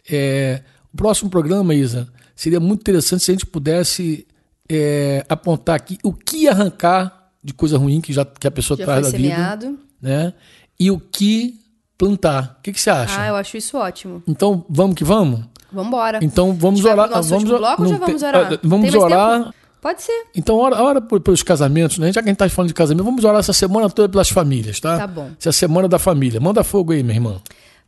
C: É, o próximo programa, Isa, seria muito interessante se a gente pudesse é, apontar aqui o que arrancar de coisa ruim que, já, que a pessoa
D: Já foi
C: traz da vida,
D: semeado.
C: né? E o que plantar. O que, que você acha?
D: Ah, eu acho isso ótimo.
C: Então, vamos que vamos?
D: Vambora.
C: Então, vamos
D: vai pro
C: orar.
D: nosso
C: vamos
D: último bloco ou
C: não
D: já
C: tem-
D: vamos orar?
C: ah, Vamos
D: Tem mais
C: orar.
D: tempo? Pode ser.
C: Então, ora, ora por- pelos casamentos, né? Já que a gente tá falando de casamento, vamos orar essa semana toda pelas famílias, tá?
D: Tá bom.
C: Essa é a semana da família. Manda fogo aí, minha irmã.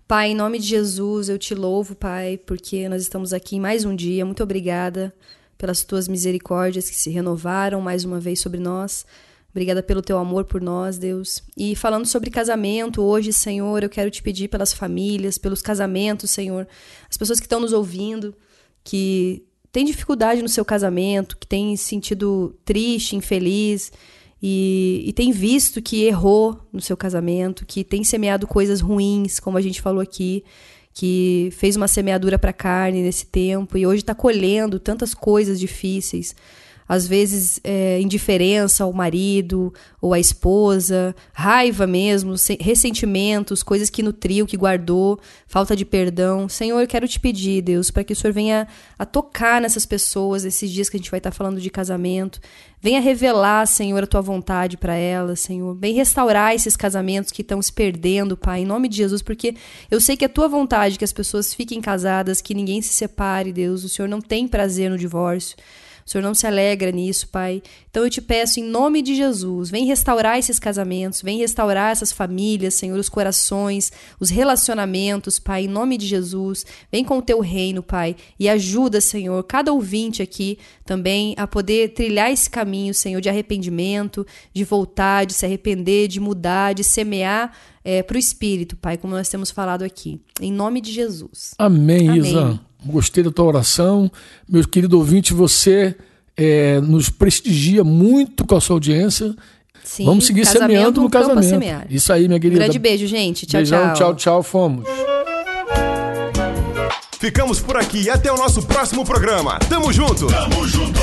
D: Pai, em nome de Jesus, eu te louvo, Pai, porque nós estamos aqui em mais um dia. Muito obrigada pelas tuas misericórdias que se renovaram mais uma vez sobre nós. Obrigada pelo teu amor por nós, Deus. E falando sobre casamento, hoje, Senhor, eu quero te pedir pelas famílias, pelos casamentos, Senhor, as pessoas que estão nos ouvindo, que tem dificuldade no seu casamento, que tem sentido triste, infeliz e, e tem visto que errou no seu casamento, que tem semeado coisas ruins, como a gente falou aqui, que fez uma semeadura para carne nesse tempo e hoje está colhendo tantas coisas difíceis. Às vezes, é, indiferença ao marido ou à esposa, raiva mesmo, se- ressentimentos, coisas que nutriu, que guardou, falta de perdão. Senhor, eu quero te pedir, Deus, para que o Senhor venha a tocar nessas pessoas esses dias que a gente vai estar falando de casamento. Venha revelar, Senhor, a tua vontade para elas, Senhor. Vem restaurar esses casamentos que estão se perdendo, Pai, em nome de Jesus, porque eu sei que é tua vontade que as pessoas fiquem casadas, que ninguém se separe, Deus. O Senhor não tem prazer no divórcio. O Senhor não se alegra nisso, Pai. Então eu te peço, em nome de Jesus, vem restaurar esses casamentos, vem restaurar essas famílias, Senhor, os corações, os relacionamentos, Pai, em nome de Jesus. Vem com o teu reino, Pai, e ajuda, Senhor, cada ouvinte aqui também a poder trilhar esse caminho, Senhor, de arrependimento, de voltar, de se arrepender, de mudar, de semear eh, para o Espírito, Pai, como nós temos falado aqui. Em nome de Jesus.
C: Amém,
D: Amém.
C: Isa. Gostei da tua oração. Meu querido ouvinte, você eh, nos prestigia muito com a sua audiência.
D: Sim,
C: vamos seguir
D: casamento,
C: semeando no
D: um campo a
C: casamento.
D: semear.
C: Isso aí, minha querida.
D: Grande beijo, gente. Tchau,
C: Beijão,
D: tchau.
C: tchau, tchau. Fomos.
A: Ficamos por aqui e até o nosso próximo programa. Tamo junto!
G: Tamo junto.